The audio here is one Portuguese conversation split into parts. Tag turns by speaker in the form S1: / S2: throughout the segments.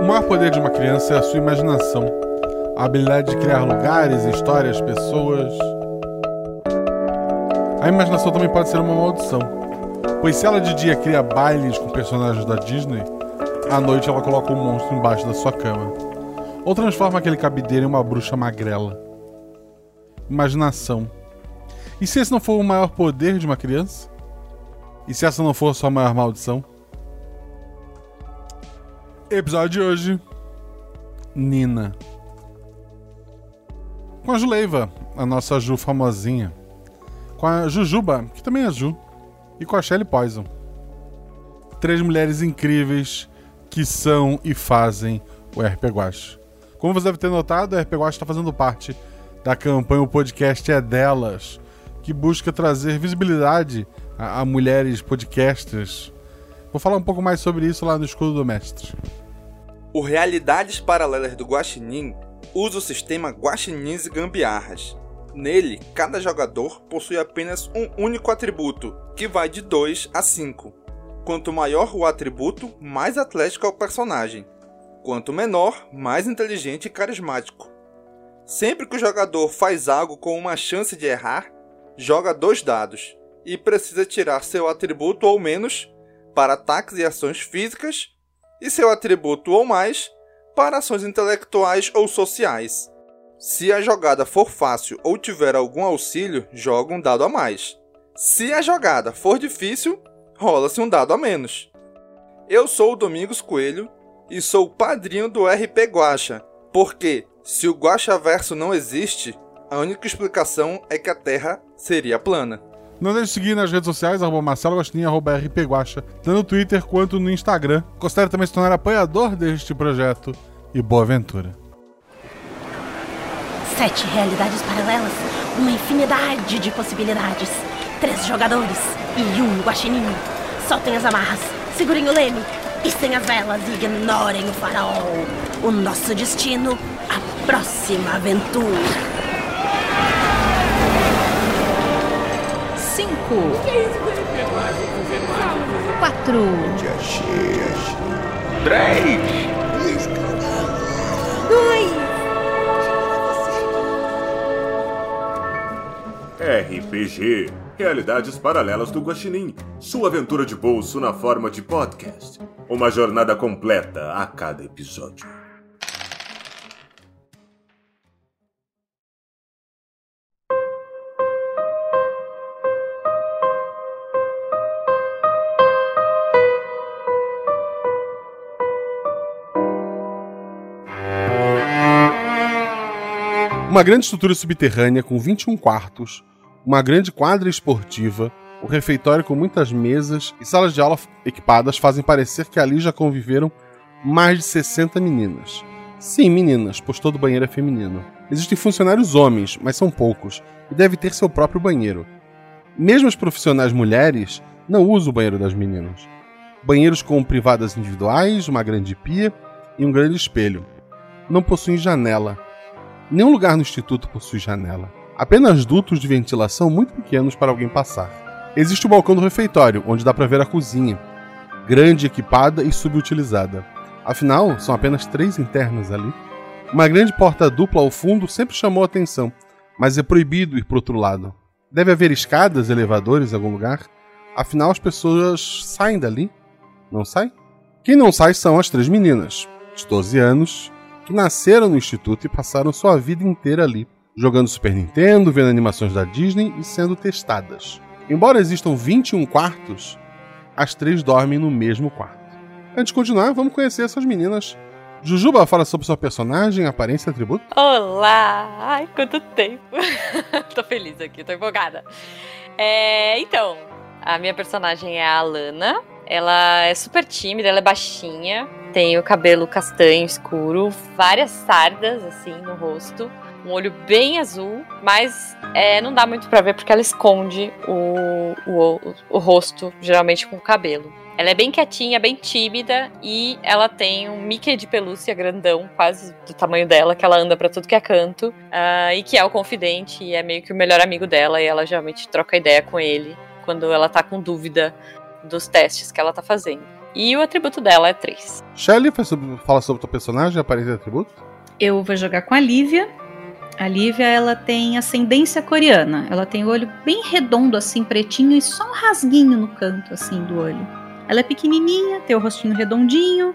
S1: O maior poder de uma criança é a sua imaginação, a habilidade de criar lugares, histórias, pessoas. A imaginação também pode ser uma maldição, pois se ela de dia cria bailes com personagens da Disney, à noite ela coloca um monstro embaixo da sua cama, ou transforma aquele cabideiro em uma bruxa magrela. Imaginação. E se esse não for o maior poder de uma criança? E se essa não for a sua maior maldição? Episódio de hoje: Nina. Com a Juleiva, a nossa Ju famosinha. Com a Jujuba, que também é Ju. E com a Shelley Poison. Três mulheres incríveis que são e fazem o RP Guache. Como você deve ter notado, a RP Guache está fazendo parte da campanha O Podcast é Delas, que busca trazer visibilidade a, a mulheres podcasters. Vou falar um pouco mais sobre isso lá no Escudo do Mestre.
S2: O Realidades Paralelas do Guaxinim usa o sistema Guaxinins e Gambiarras. Nele, cada jogador possui apenas um único atributo, que vai de 2 a 5. Quanto maior o atributo, mais atlético é o personagem. Quanto menor, mais inteligente e carismático. Sempre que o jogador faz algo com uma chance de errar, joga dois dados e precisa tirar seu atributo ou menos para ataques e ações físicas, e seu atributo ou mais para ações intelectuais ou sociais. Se a jogada for fácil ou tiver algum auxílio, joga um dado a mais. Se a jogada for difícil, rola-se um dado a menos. Eu sou o Domingos Coelho e sou o padrinho do RP Guacha, porque se o Guacha Verso não existe, a única explicação é que a Terra seria plana.
S1: Não deixe de seguir nas redes sociais, arroba Marcelo Guaxinim, arroba RP Guaxa, tanto no Twitter quanto no Instagram. Considere também se tornar apoiador deste projeto e boa aventura.
S3: Sete realidades paralelas, uma infinidade de possibilidades. Três jogadores e um guaxininho. Soltem as amarras, segurem o leme, pistem as velas e ignorem o farol. O nosso destino, a próxima aventura.
S4: 5,
S3: Quatro,
S5: RPG Realidades Paralelas do Guaxinim Sua aventura de bolso na forma de podcast. Uma jornada completa a cada episódio.
S1: Uma grande estrutura subterrânea com 21 quartos, uma grande quadra esportiva, um refeitório com muitas mesas e salas de aula equipadas fazem parecer que ali já conviveram mais de 60 meninas. Sim, meninas, pois todo banheiro é feminino. Existem funcionários homens, mas são poucos, e deve ter seu próprio banheiro. Mesmo as profissionais mulheres não usam o banheiro das meninas. Banheiros com privadas individuais, uma grande pia e um grande espelho. Não possuem janela, Nenhum lugar no instituto possui janela. Apenas dutos de ventilação muito pequenos para alguém passar. Existe o balcão do refeitório, onde dá para ver a cozinha, grande, equipada e subutilizada. Afinal, são apenas três internas ali. Uma grande porta dupla ao fundo sempre chamou a atenção, mas é proibido ir para outro lado. Deve haver escadas, elevadores em algum lugar. Afinal, as pessoas saem dali. Não sai? Quem não sai são as três meninas, de 12 anos, que nasceram no instituto e passaram sua vida inteira ali, jogando Super Nintendo, vendo animações da Disney e sendo testadas. Embora existam 21 quartos, as três dormem no mesmo quarto. Antes de continuar, vamos conhecer essas meninas Jujuba, fala sobre sua personagem, aparência e atributo.
S6: Olá! Ai, quanto tempo! tô feliz aqui, tô empolgada. É, então, a minha personagem é a Alana. Ela é super tímida, ela é baixinha, tem o cabelo castanho escuro, várias sardas assim no rosto, um olho bem azul, mas é, não dá muito pra ver porque ela esconde o, o, o- o rosto, geralmente com o cabelo. Ela é bem quietinha, bem tímida e ela tem um Mickey de pelúcia grandão, quase do tamanho dela, que ela anda pra tudo que é canto ah, e que é o confidente e é meio que o melhor amigo dela e ela geralmente troca ideia com ele quando ela tá com dúvida dos testes que ela tá fazendo. E o atributo dela é 3.
S1: Shelly, faz sobre- fala sobre tua personagem, aparência e atributo.
S7: Eu vou jogar com a Lívia. A Lívia, ela tem ascendência coreana. Ela tem o olho bem redondo, assim, pretinho, e só um rasguinho no canto, assim, do olho. Ela é pequenininha, tem o rostinho redondinho.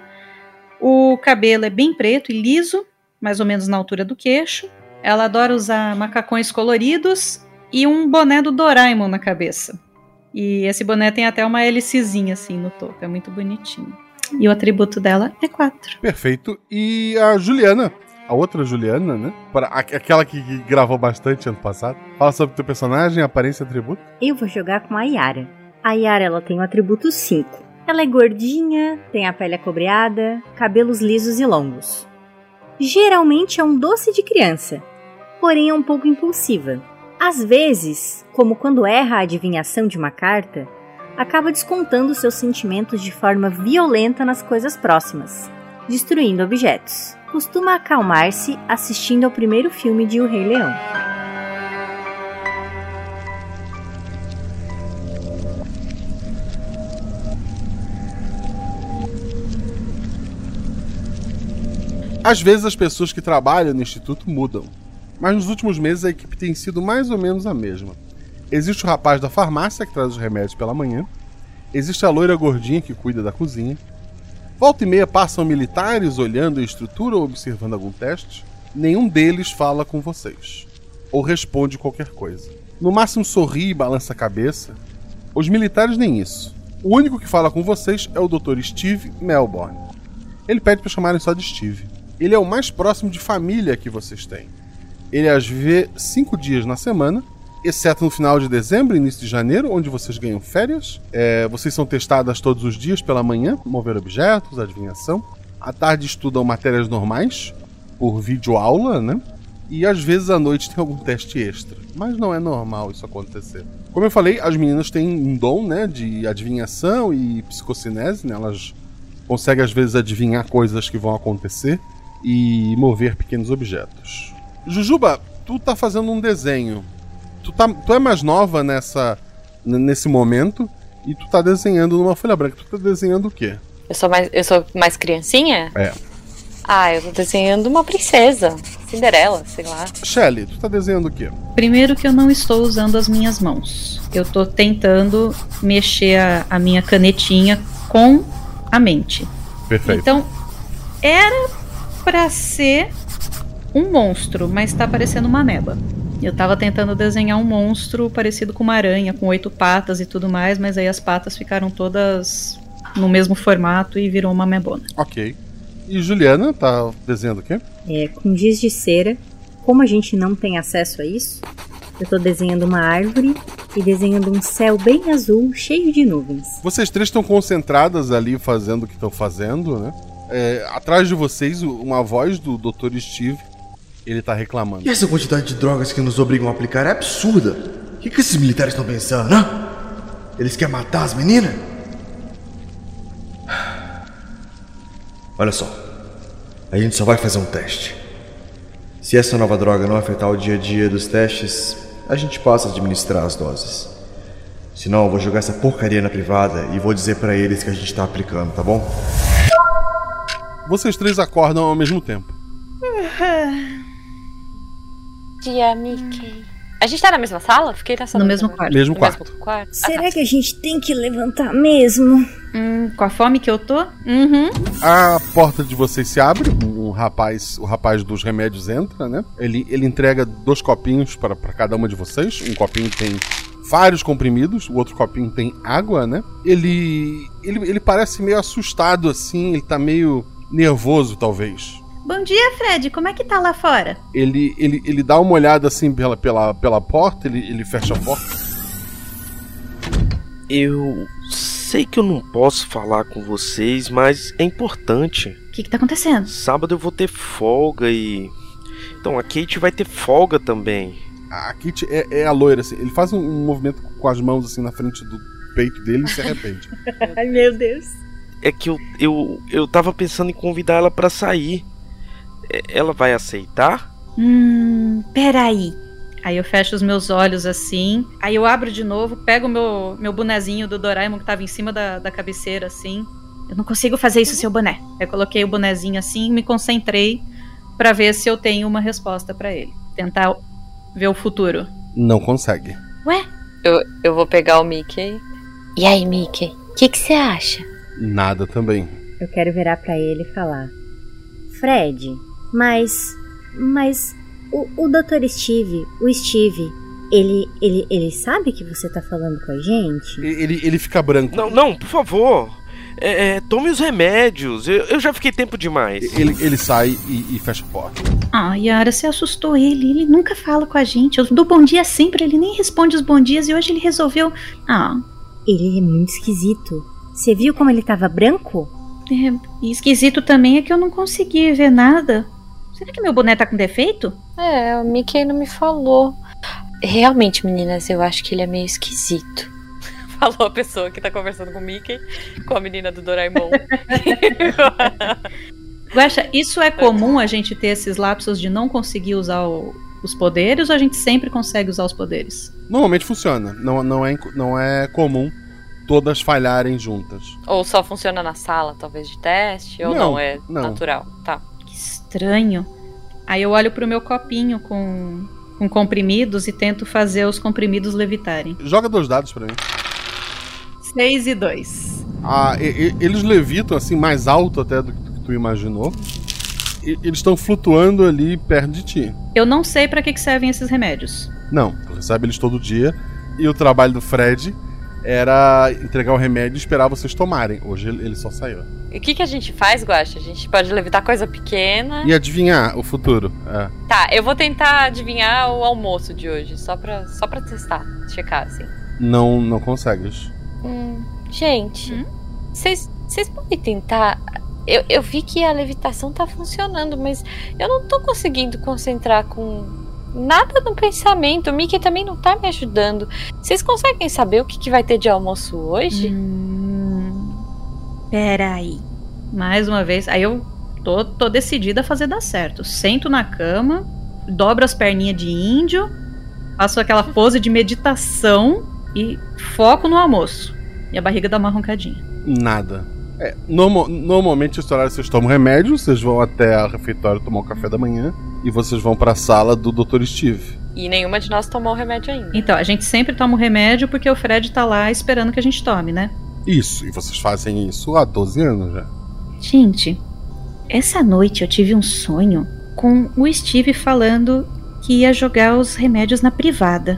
S7: O cabelo é bem preto e liso, mais ou menos na altura do queixo. Ela adora usar macacões coloridos e um boné do Doraemon na cabeça. E esse boné tem até uma hélicezinha, assim, no topo. É muito bonitinho. E o atributo dela é 4.
S1: Perfeito. E a Juliana, a outra Juliana, né? Para a- aquela que que gravou bastante ano passado. Fala sobre teu personagem, aparência e atributo.
S8: Eu vou jogar com a Yara. A Yara ela tem o atributo 5. Ela é gordinha, tem a pele acobreada, cabelos lisos e longos. Geralmente é um doce de criança, porém é um pouco impulsiva. Às vezes, como quando erra a adivinhação de uma carta, acaba descontando seus sentimentos de forma violenta nas coisas próximas, destruindo objetos. Costuma acalmar-se assistindo ao primeiro filme de O Rei Leão.
S1: Às vezes as pessoas que trabalham no Instituto mudam, mas nos últimos meses a equipe tem sido mais ou menos a mesma. Existe o rapaz da farmácia que traz os remédios pela manhã, existe a loira gordinha que cuida da cozinha. Volta e meia passam militares olhando a estrutura ou observando algum teste. Nenhum deles fala com vocês ou responde qualquer coisa. No máximo sorri e balança a cabeça. Os militares nem isso. O único que fala com vocês é o Dr. Steve Melbourne. Ele pede para chamarem só de Steve. Ele é o mais próximo de família que vocês têm. Ele as vê cinco dias na semana, exceto no final de dezembro e início de janeiro, onde vocês ganham férias. É, vocês são testadas todos os dias pela manhã, mover objetos, adivinhação. À tarde estudam matérias normais, por videoaula, né? E às vezes à noite tem algum teste extra. Mas não é normal isso acontecer. Como eu falei, as meninas têm um dom, né? De adivinhação e psicocinese, né? Elas consegue às vezes adivinhar coisas que vão acontecer e mover pequenos objetos. Jujuba, tu tá fazendo um desenho. Tu, tá, tu é mais nova nessa n- nesse momento e tu tá desenhando numa folha branca. Tu tá desenhando o quê?
S6: Eu sou mais, eu sou mais criancinha?
S1: É.
S6: Ah, eu tô desenhando uma princesa. Cinderela, sei lá.
S1: Shelly, tu tá desenhando o quê?
S7: Primeiro que eu não estou usando as minhas mãos. Eu tô tentando mexer a, a minha canetinha com a mente. Então, era pra ser um monstro, mas tá parecendo uma neba. Eu tava tentando desenhar um monstro parecido com uma aranha, com oito patas e tudo mais, mas aí as patas ficaram todas no mesmo formato e virou uma mebona.
S1: Ok. E Juliana tá desenhando o quê?
S8: é, com giz de cera. Como a gente não tem acesso a isso, eu tô desenhando uma árvore e desenhando um céu bem azul, cheio de nuvens.
S1: Vocês três estão concentradas ali fazendo o que estão fazendo, né? É, atrás de vocês, o- uma voz do Dr. Steve, ele tá reclamando.
S9: E essa quantidade de drogas que nos obrigam a aplicar é absurda. O que, que esses militares estão pensando, hã? Eles querem matar as meninas? Olha só. A gente só vai fazer um teste. Se essa nova droga não afetar o dia a dia dos testes, a gente passa a administrar as doses. Senão, eu vou jogar essa porcaria na privada e vou dizer pra eles que a gente tá aplicando, tá bom?
S1: Vocês três acordam ao mesmo tempo.
S6: Dia Mickey. A gente tá na mesma sala? Fiquei nessa
S7: No
S6: dúvida
S7: mesmo
S6: agora.
S7: quarto.
S1: Mesmo
S6: No
S1: quarto.
S6: mesmo quarto? Ah, tá.
S8: Será que a gente tem que levantar mesmo?
S7: Hum, com a fome que eu tô? Uhum.
S1: A porta de vocês se abre, um rapaz, o rapaz dos remédios entra, né? Ele, ele entrega dois copinhos para para cada uma de vocês. Um copinho tem vários comprimidos, o outro copinho tem água, né? Ele, ele ele parece meio assustado assim, ele tá meio Nervoso, talvez.
S7: Bom dia, Fred. Como é que tá lá fora?
S1: Ele, ele, ele dá uma olhada assim pela, pela, pela porta, ele, ele fecha a porta.
S10: Eu sei que eu não posso falar com vocês, mas é importante.
S7: O que, que tá acontecendo?
S10: Sábado eu vou ter folga e. Então a Kate vai ter folga também.
S1: A Kit é, é a loira, assim. Ele faz um, um movimento com as mãos assim na frente do peito dele e se arrepende.
S8: Ai, meu Deus.
S10: É que eu, eu, eu tava pensando em convidar ela pra sair. É, Ela vai aceitar?
S7: Hum, peraí. Aí eu fecho os meus olhos assim. Aí eu abro de novo, pego o meu, meu bonezinho do Doraemon que tava em cima da, da cabeceira assim. Eu não consigo fazer isso, seu boné. Eu coloquei o bonezinho assim e me concentrei pra ver se eu tenho uma resposta pra ele. Tentar ver o futuro.
S1: Não consegue.
S6: Eu, eu vou pegar o Mickey.
S3: E aí, Mickey, o que você acha?
S1: Nada também.
S8: Eu quero virar pra ele e falar: Fred, mas. Mas. O, o Dr. Steve, o Steve, ele, ele, ele sabe que você tá falando com a gente?
S1: E- Ele, ele fica branco.
S10: Não, não, por favor. É, é, tome os remédios. Eu, eu já fiquei tempo demais.
S1: E- Ele, ele sai e, e fecha a porta.
S7: Ah, Yara, você assustou ele. Ele nunca fala com a gente. Eu dou bom dia sempre, ele nem responde os bom dias e hoje ele resolveu. Ah,
S8: Ele é muito esquisito. Você viu como ele tava branco?
S7: é, e esquisito também é que eu não consegui ver nada. Será que meu boné tá com defeito?
S11: É, o Mickey não me falou. Realmente, meninas, eu acho que ele é meio esquisito.
S6: Falou a pessoa que tá conversando com o Mickey, com a menina do Doraemon.
S7: Guaxa, isso é comum a gente ter esses lapsos de não conseguir usar o- os poderes ou a gente sempre consegue usar os poderes?
S1: Normalmente funciona. Não, não, é, inco- não é comum todas falharem juntas.
S6: Ou só funciona na sala, talvez, de teste, ou
S1: Não,
S6: não, é
S1: não.
S6: natural. Tá.
S7: Que estranho. Aí eu olho pro meu copinho com, com comprimidos e tento fazer os comprimidos levitarem.
S1: Joga dois dados pra mim.
S7: 6 e 2.
S1: Ah, e- e- eles levitam assim, mais alto até do que do que tu imaginou. E- eles estão flutuando ali perto de ti.
S7: Eu não sei pra que, que servem esses remédios.
S1: Não, tu recebe eles todo dia. E o trabalho do Fred era entregar o remédio e esperar vocês tomarem. Hoje ele ele só saiu.
S6: E o que, que a gente faz, Guaxa? A gente pode levitar coisa pequena.
S1: E adivinhar o futuro. É.
S6: Tá, eu vou tentar adivinhar o almoço de hoje, só pra, só pra testar, checar, assim.
S1: Não, não consegues.
S11: Hum, gente,
S7: Hum?
S11: vocês vocês podem tentar. Eu, eu vi que a levitação tá funcionando, mas eu não tô conseguindo concentrar com nada no pensamento. O Mickey também não tá me ajudando. Vocês conseguem saber o que, que vai ter de almoço hoje?
S7: Hum, peraí. Mais uma vez. Aí eu tô, tô decidida a fazer dar certo. Sento na cama, dobro as perninhas de índio, faço aquela pose de meditação e foco no almoço. E a barriga dá uma roncadinha.
S1: Nada. É, norma- normalmente, esse horário vocês tomam remédio, vocês vão até a refeitório tomar o café da manhã e vocês vão pra sala do Dr. Steve.
S6: E nenhuma de nós tomou o remédio ainda.
S7: Então, a gente sempre toma o remédio porque o Fred tá lá esperando que a gente tome, né?
S1: Isso, e vocês fazem isso há 12 anos já.
S7: Gente, essa noite eu tive um sonho com o Steve falando que ia jogar os remédios na privada.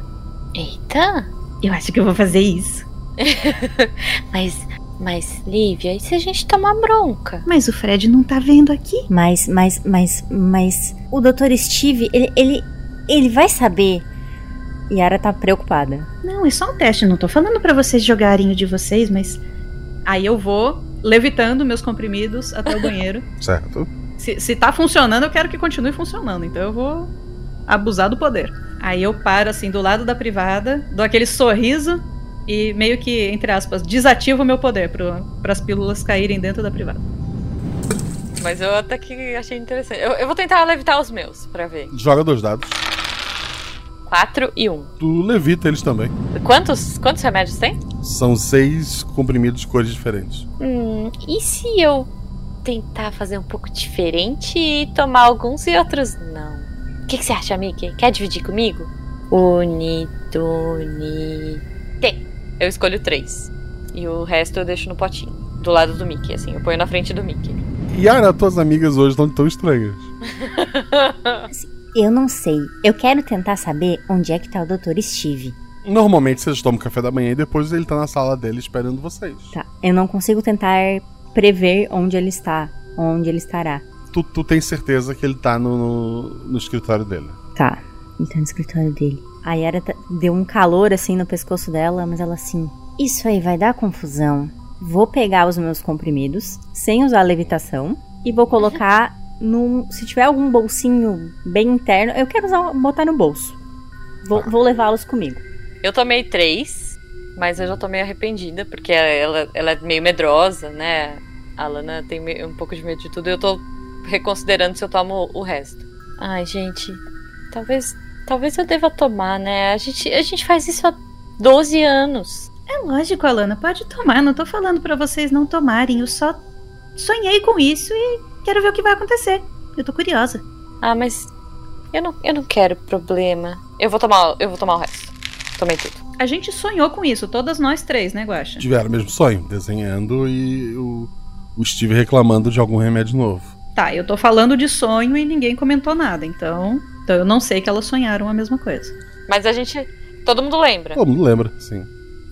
S11: Eita!
S7: Eu acho que eu vou fazer isso.
S11: Mas, mas, Lívia, e se a gente tomar bronca?
S7: Mas o Fred não tá vendo aqui.
S8: Mas, mas, mas, mas. O Dr. Steve, ele. ele, ele vai saber. Yara tá preocupada.
S7: Não, é só um teste. Não tô falando pra vocês jogarem o de vocês, mas. Aí eu vou levitando meus comprimidos até o banheiro.
S1: Certo?
S7: se, se tá funcionando, eu quero que continue funcionando. Então eu vou abusar do poder. Aí eu paro assim do lado da privada, dou aquele sorriso e meio que, entre aspas, desativo o meu poder para as pílulas caírem dentro da privada.
S6: Mas eu até que achei interessante. Eu, eu vou tentar levitar os meus, pra ver.
S1: Joga dois dados.
S6: 4 e 1. Um.
S1: Tu levita eles também.
S6: Quantos, quantos remédios tem?
S1: São seis comprimidos de cores diferentes.
S11: Hum, e se eu tentar fazer um pouco diferente e tomar alguns e outros não? O que, que você acha, Mickey? Quer dividir comigo? Unido, unido.
S6: Eu escolho três. E o resto eu deixo no potinho. Do lado do Mickey, assim. Eu ponho na frente do Mickey.
S1: Yara, tuas amigas hoje estão tão estranhas.
S8: Eu não sei. Eu quero tentar saber onde é que tá o Dr. Steve.
S1: Normalmente vocês tomam café da manhã e depois ele tá na sala dele esperando vocês.
S8: Tá. Eu não consigo tentar prever onde ele está. onde ele estará.
S1: Tu, tu tem certeza que ele tá no, no, no escritório dele.
S8: Tá, ele tá no escritório dele. A Yara tá- deu um calor assim no pescoço dela, mas ela assim: Isso aí vai dar confusão. Vou pegar os meus comprimidos, sem usar a levitação, e vou colocar num. Se tiver algum bolsinho bem interno, eu quero usar, botar no bolso. Vou, vou levá-los comigo.
S6: Eu tomei três, mas eu já tô meio arrependida, porque ela, ela é meio medrosa, né? A Lana tem me- um pouco de medo de tudo e eu tô reconsiderando se eu tomo o resto. Ai, gente, talvez talvez eu deva tomar, né? A gente, a gente faz isso há 12 anos.
S7: É lógico, Alana, pode tomar. Não tô falando pra vocês não tomarem. Eu só sonhei com isso e quero ver o que vai acontecer. Eu tô curiosa.
S6: Ah, mas eu não, eu não quero problema. Eu vou tomar, eu vou tomar o resto. Tomei tudo.
S7: A gente sonhou com isso, todas nós três, né, Guaxa?
S1: Tiveram o mesmo sonho, desenhando e o, o Steve reclamando de algum remédio novo.
S7: Tá, eu tô falando de sonho e ninguém comentou nada, então. Então eu não sei que elas sonharam a mesma coisa.
S6: Mas a gente. Todo mundo lembra.
S1: Todo mundo lembra, sim.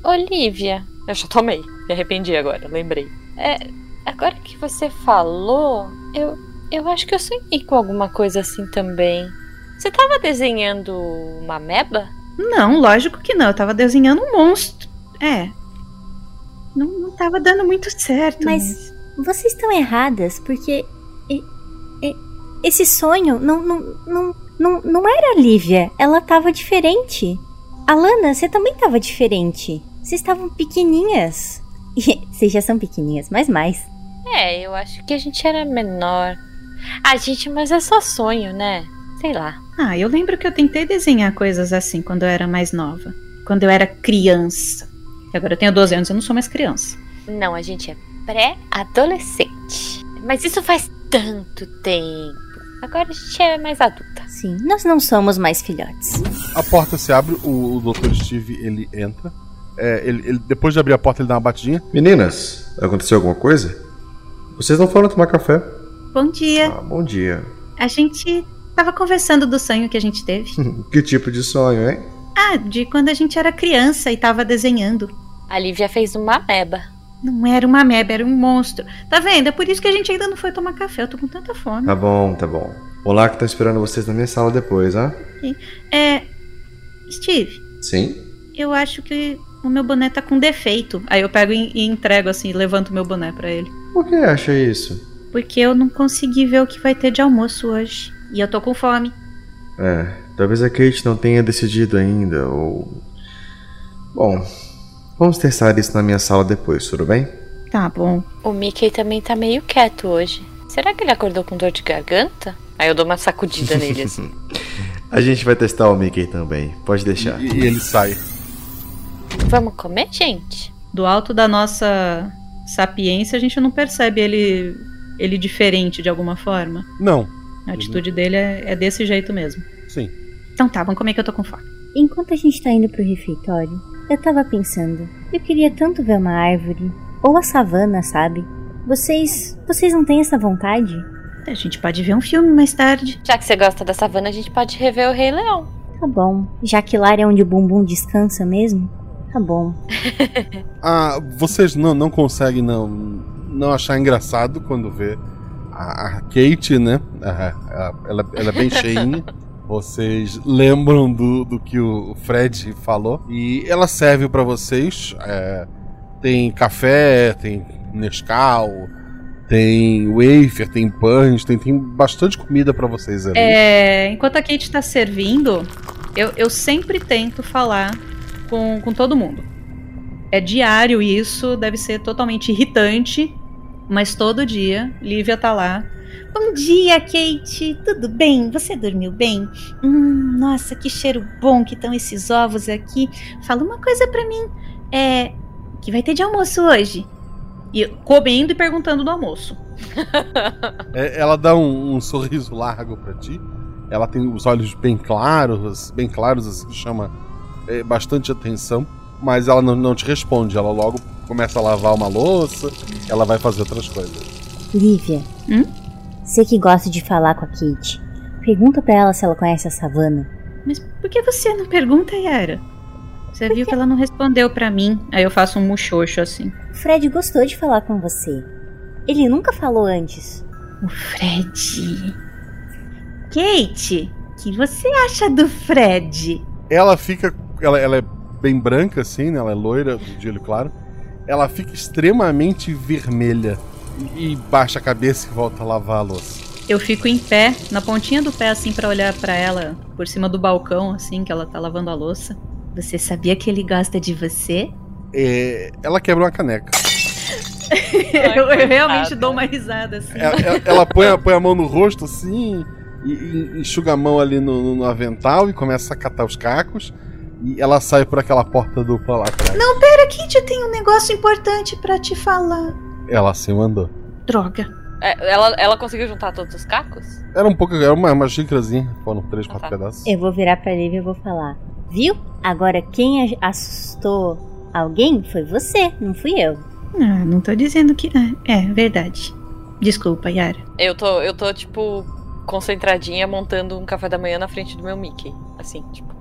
S6: Olivia, eu já tomei. Me arrependi agora, lembrei. É, agora que você falou, eu, eu acho que eu sonhei com alguma coisa assim também. Você tava desenhando uma meba?
S7: Não, lógico que não. Eu tava desenhando um monstro. É. Não, não tava dando muito certo.
S8: Mas vocês estão erradas, porque e- e- esse sonho não, não, não, não, não era a Lívia. Ela tava diferente. Alana, você também tava diferente. Vocês estavam pequenininhas. E vocês já são pequenininhas, mas mais.
S11: É, eu acho que a gente era menor. Ah, gente, mas é só sonho, né? Sei lá.
S7: Ah, eu lembro que eu tentei desenhar coisas assim quando eu era mais nova. Quando eu era criança. E agora eu tenho 12 anos, eu não sou mais criança.
S11: Não, a gente é pré-adolescente. Mas isso faz tanto tempo. Agora a gente é mais adulta.
S8: Sim, nós não somos mais filhotes.
S1: A porta se abre, o, o Dr. Steve ele entra. É, ele- ele- depois de abrir a porta, ele dá uma batidinha.
S9: Meninas, aconteceu alguma coisa? Vocês não foram tomar café?
S7: Bom dia.
S9: Ah, bom dia.
S7: A gente tava conversando do sonho que a gente teve.
S9: que tipo de sonho, hein?
S7: Ah, de quando a gente era criança e tava desenhando.
S11: A Lívia fez uma ameba.
S7: Não era uma ameba, era um monstro. Tá vendo? É por isso que a gente ainda não foi tomar café. Eu tô com tanta fome.
S9: Tá bom, tá bom. Olá que estão esperando vocês na minha sala depois, ah?
S7: É. Steve,
S9: Sim?
S7: eu acho que o meu boné tá com defeito. Aí eu pego e e entrego assim, levanto o meu boné pra ele.
S9: Por que acha isso?
S7: Porque eu não consegui ver o que vai ter de almoço hoje. E eu tô com fome.
S9: É, talvez a Kate não tenha decidido ainda, ou. Bom, vamos testar isso na minha sala depois, tudo bem?
S7: Tá bom.
S11: O Mickey também tá meio quieto hoje. Será que ele acordou com dor de garganta?
S6: Aí eu dou uma sacudida nele assim.
S9: A gente vai testar o Mickey também, pode deixar.
S1: E ele sai.
S11: Vamos comer, gente?
S7: Do alto da nossa sapiência, a gente não percebe ele, ele diferente de alguma forma.
S1: Não.
S9: Uhum.
S7: A atitude dele é, é desse jeito mesmo.
S1: Sim.
S7: Então tá, vamos comer que eu tô com fome.
S8: Enquanto a gente tá indo pro refeitório, eu tava pensando, eu queria tanto ver uma árvore, ou a savana, sabe? Vocês. vocês não têm essa vontade?
S7: A gente pode ver um filme mais tarde.
S11: Já que você gosta da savana, a gente pode rever o Rei Leão.
S8: Tá bom. Já que lá é onde o bumbum descansa mesmo? Tá bom.
S1: Ah, vocês não, não conseguem não, não achar engraçado quando vê a, a Kate, né? Ah, ah, ela, ela é bem cheinha. Vocês lembram do, do que o Fred falou. E ela serve pra vocês. é, tem café, tem Nescau, tem wafer, tem pães, tem, tem bastante comida pra vocês ali.
S7: É, enquanto a Kate tá servindo, eu, eu sempre tento falar com, com todo mundo. É diário isso, deve ser totalmente irritante, mas todo dia Lívia tá lá. Bom dia, Kate! Tudo bem? Você dormiu bem? Hum, nossa, que cheiro bom que estão esses ovos aqui. Fala uma coisa pra mim. É. o que vai ter de almoço hoje? E eu comendo e perguntando do almoço.
S1: É, ela dá um, um sorriso largo pra ti. Ela tem os olhos bem claros, bem claros, assim, chama é, bastante atenção. Mas ela não, não te responde. Ela logo começa a lavar uma louça. Ela vai fazer outras coisas.
S8: Lívia.
S7: Hum?
S8: Você que gosta de falar com a Kate. Pergunta pra ela se ela conhece a savana.
S7: Mas por que você não pergunta, Yara? Você viu que ela não respondeu pra mim. Aí eu faço um muxoxo assim.
S8: O Fred gostou de falar com você. Ele nunca falou antes.
S7: O Fred. Kate, o que você acha do Fred?
S1: Ela fica. Ela, ela é bem branca, assim, né? Ela é loira, de olho claro. Ela fica extremamente vermelha. E, e baixa a cabeça e volta a lavar a louça.
S7: Eu fico em pé, na pontinha do pé, assim, pra olhar pra ela por cima do balcão, assim, que ela tá lavando a louça. Você sabia que ele gosta de você?
S1: É, ela quebra uma caneca.
S7: eu, eu realmente dou uma risada, assim.
S1: Ela, ela- É, ela põe, a- põe a mão no rosto assim, e, e enxuga a mão ali no, no- no avental e começa a catar os cacos. E ela sai por aquela porta dupla lá atrás.
S7: Não, pera, Kate, eu tenho um negócio importante pra te falar.
S1: Ela se mandou.
S7: Droga.
S6: É, ela, ela conseguiu juntar todos os cacos?
S1: Era um pouco, era uma, uma xícarazinha, foram três, quatro pedaços.
S8: Eu vou virar pra Lívia e vou falar. Viu? Agora quem a- assustou alguém foi você, não fui eu.
S7: Ah, não tô dizendo que. ah, É, verdade. Desculpa, Yara.
S6: Eu tô, eu tô, tipo, concentradinha montando um café da manhã na frente do meu Mickey. Assim, tipo,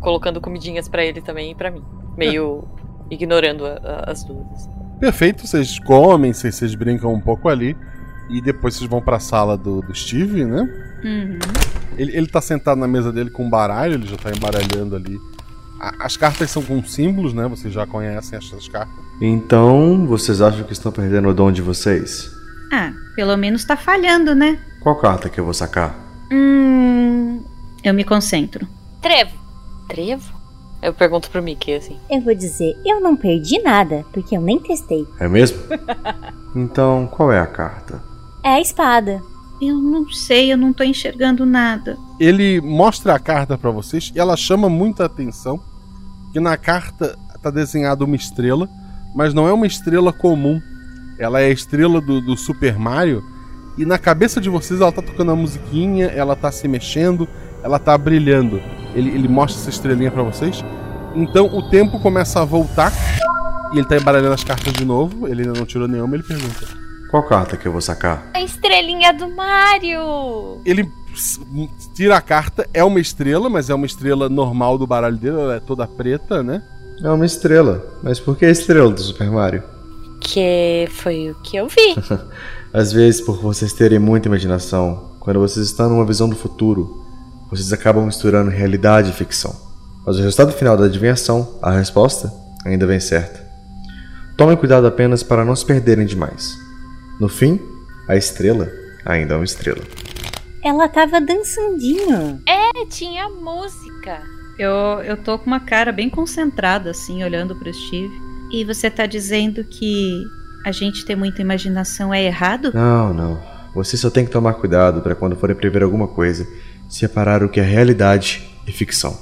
S6: colocando comidinhas pra ele também e pra mim. Meio ignorando a- a- as duas. assim.
S1: Perfeito, vocês comem, vocês, vocês brincam um pouco ali. E depois vocês vão pra sala do, do Steve, né?
S7: Uhum.
S1: Ele, ele tá sentado na mesa dele com um baralho, ele já tá embaralhando ali. A- as cartas são com símbolos, né? Vocês já conhecem essas cartas.
S9: Então, vocês acham que estão perdendo o dom de vocês?
S7: Ah, pelo menos tá falhando, né?
S9: Qual carta que eu vou sacar?
S7: Hum. Eu me concentro.
S6: Trevo. Trevo? Eu pergunto pro Mickey, assim.
S8: Eu vou dizer, eu não perdi nada, porque eu nem testei.
S9: É mesmo? Então, qual é a carta?
S8: É a espada.
S7: Eu não sei, eu não tô enxergando nada.
S1: Ele mostra a carta pra vocês e ela chama muita atenção. Que na carta tá desenhada uma estrela, mas não é uma estrela comum. Ela é a estrela do, do Super Mario. E na cabeça de vocês ela tá tocando a musiquinha, ela tá se mexendo, ela tá brilhando. Ele, ele mostra essa estrelinha pra vocês. Então o tempo começa a voltar. E ele tá embaralhando as cartas de novo. Ele ainda não tirou nenhuma, ele pergunta.
S9: Qual carta que eu vou sacar?
S11: A estrelinha do Mario!
S1: Ele s- m- tira a carta, é uma estrela, mas é uma estrela normal do baralho dele, ela é toda preta, né?
S9: É uma estrela. Mas por que a estrela do Super Mario?
S11: Que foi o que eu vi.
S9: Às vezes, por vocês terem muita imaginação, quando vocês estão numa visão do futuro, vocês acabam misturando realidade e ficção. Mas o resultado final da adivinhação, a resposta, ainda vem certa. Tomem cuidado apenas para não se perderem demais. No fim, a estrela ainda é uma estrela.
S8: Ela tava dançandinho.
S11: É, tinha música.
S7: Eu, eu tô com uma cara bem concentrada, assim, olhando pro Steve. E você tá dizendo que a gente ter muita imaginação é errado?
S9: Não, não. Vocês só têm que tomar cuidado para quando forem prever alguma coisa, separar o que é realidade e ficção.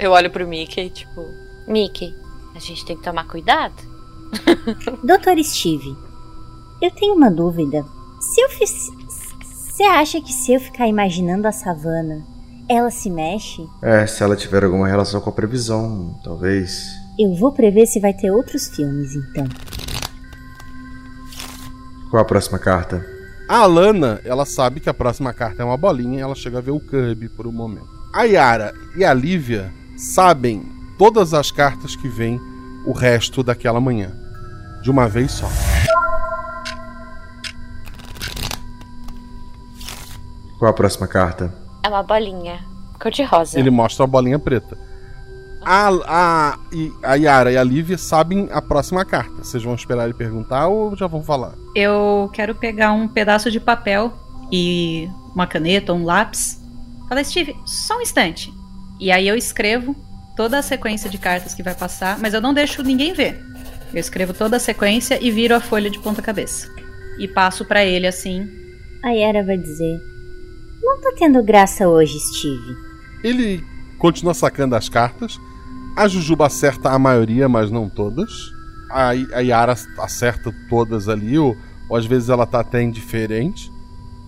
S6: Eu olho pro Mickey, tipo.
S11: Mickey, a gente tem que tomar cuidado.
S8: Doutor Steve, eu tenho uma dúvida. Se eu fiz. Você acha que se eu ficar imaginando a savana, ela se mexe?
S9: É, se ela tiver alguma relação com a previsão, talvez.
S8: Eu vou prever se vai ter outros filmes, então.
S9: Qual a próxima carta?
S1: A Alana, ela sabe que a próxima carta é uma bolinha, ela chega a ver o Kirby por um momento. A Yara e a Lívia sabem todas as cartas que vêm o resto daquela manhã. De uma vez só.
S9: Qual a próxima carta?
S11: É uma bolinha. Cor de rosa.
S1: Ele mostra a bolinha preta. A, a, e- a Yara e a Lívia sabem a próxima carta. Vocês vão esperar ele perguntar ou já vão falar?
S7: Eu quero pegar um pedaço de papel e uma caneta, um lápis. Fala, Steve, só um instante. E aí eu escrevo toda a sequência de cartas que vai passar, mas eu não deixo ninguém ver. Eu escrevo toda a sequência e viro a folha de ponta cabeça. E passo pra ele assim.
S8: A Yara vai dizer: Não tá tendo graça hoje, Steve.
S1: Ele continua sacando as cartas. A Jujuba acerta a maioria, mas não todas. A, I- a Yara acerta todas ali, ou, ou às vezes ela tá até indiferente.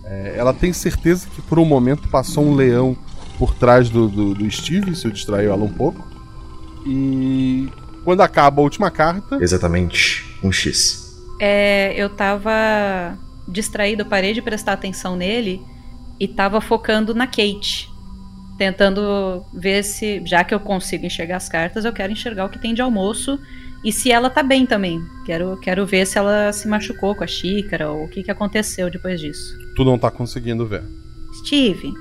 S1: É, ela tem certeza que por um momento passou um leão por trás do, do, do Steve, isso distraiu ela um pouco. E quando acaba a última carta.
S9: Exatamente, um X.
S7: É, eu tava distraída, eu parei de prestar atenção nele e tava focando na Kate. Tentando ver se, já que eu consigo enxergar as cartas, eu quero enxergar o que tem de almoço E se ela tá bem também. Quero, quero ver se ela se machucou com a xícara ou o que, que aconteceu depois disso.
S1: Tu não tá conseguindo ver.
S7: Steve,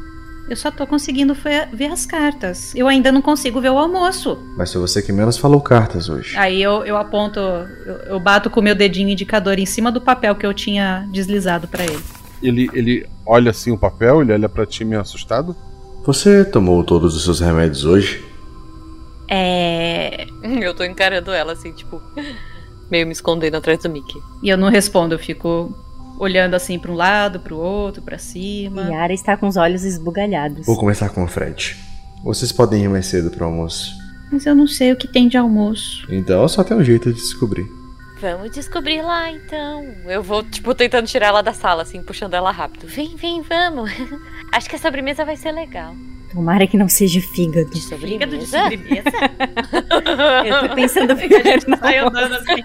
S7: eu só tô conseguindo fe- ver as cartas. Eu ainda não consigo ver o almoço.
S9: Mas foi você que menos falou cartas hoje.
S7: Aí eu, eu aponto, eu, eu bato com o meu dedinho indicador em cima do papel que eu tinha deslizado pra ele.
S1: Ele, ele olha assim o papel, ele olha pra ti meio assustado.
S9: Você tomou todos os seus remédios hoje?
S6: É. Eu tô encarando ela assim, tipo. Meio me escondendo atrás do Mickey.
S7: E eu não respondo, eu fico olhando assim pra um lado, pro outro, pra cima.
S8: Yara está com os olhos esbugalhados.
S9: Vou começar com o Fred. Vocês podem ir mais cedo pro almoço.
S7: Mas eu não sei o que tem de almoço.
S9: Então só tem um jeito de descobrir.
S6: Vamos descobrir lá então. Eu vou, tipo, tentando tirar ela da sala, assim, puxando ela rápido. Vem, vem, vamos. Acho que a sobremesa vai ser legal.
S8: Tomara que não seja fígado.
S6: Sobremesa?
S11: de
S8: Eu tô pensando primeiro na
S7: Sai andando assim,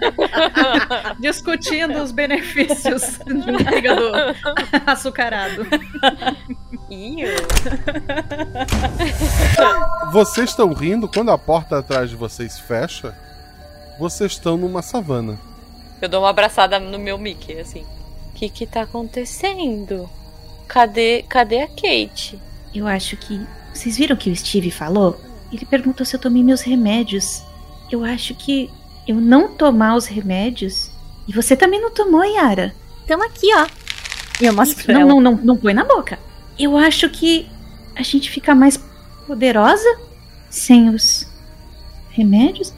S7: discutindo os benefícios do fígado açucarado.
S1: Vocês estão rindo quando a porta atrás de vocês fecha. Vocês estão numa savana.
S6: Eu dou uma abraçada no meu Mickey, assim.
S11: O que que tá acontecendo? Cadê, cadê a Kate?
S7: Eu acho que. Vocês viram o que o Steve falou? Ele perguntou se eu tomei meus remédios. Eu acho que eu não tomar os remédios. E você também não tomou, Yara.
S8: Tamo Então aqui, ó. E eu mostro pra
S7: Não,
S8: ela.
S7: não, não, não põe na boca. Então. Eu acho que a gente fica mais poderosa sem os remédios.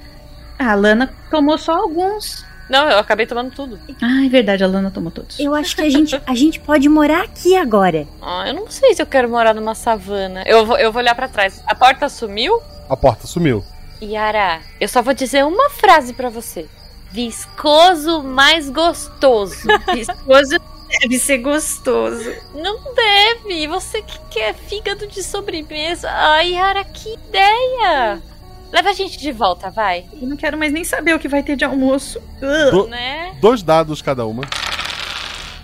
S7: Ah, A Lana tomou só alguns.
S6: Não, eu acabei tomando tudo.
S7: Ah, é verdade, a Lana tomou todos.
S8: Eu acho que a gente, a gente pode morar aqui agora.
S6: Ah, eu não sei se eu quero morar numa savana. Eu vou, eu vou olhar pra trás. A porta sumiu?
S1: A porta sumiu.
S6: Yara, eu só vou dizer uma frase pra você. Viscoso mais gostoso. Vis-
S7: Gostoso deve ser gostoso.
S6: Não deve. Você que quer fígado de sobremesa. Ai, Yara, que ideia. Leva a gente de volta, vai.
S7: Eu não quero mais nem saber o que vai ter de almoço.
S1: Do-
S6: Né?
S1: dois dados cada uma.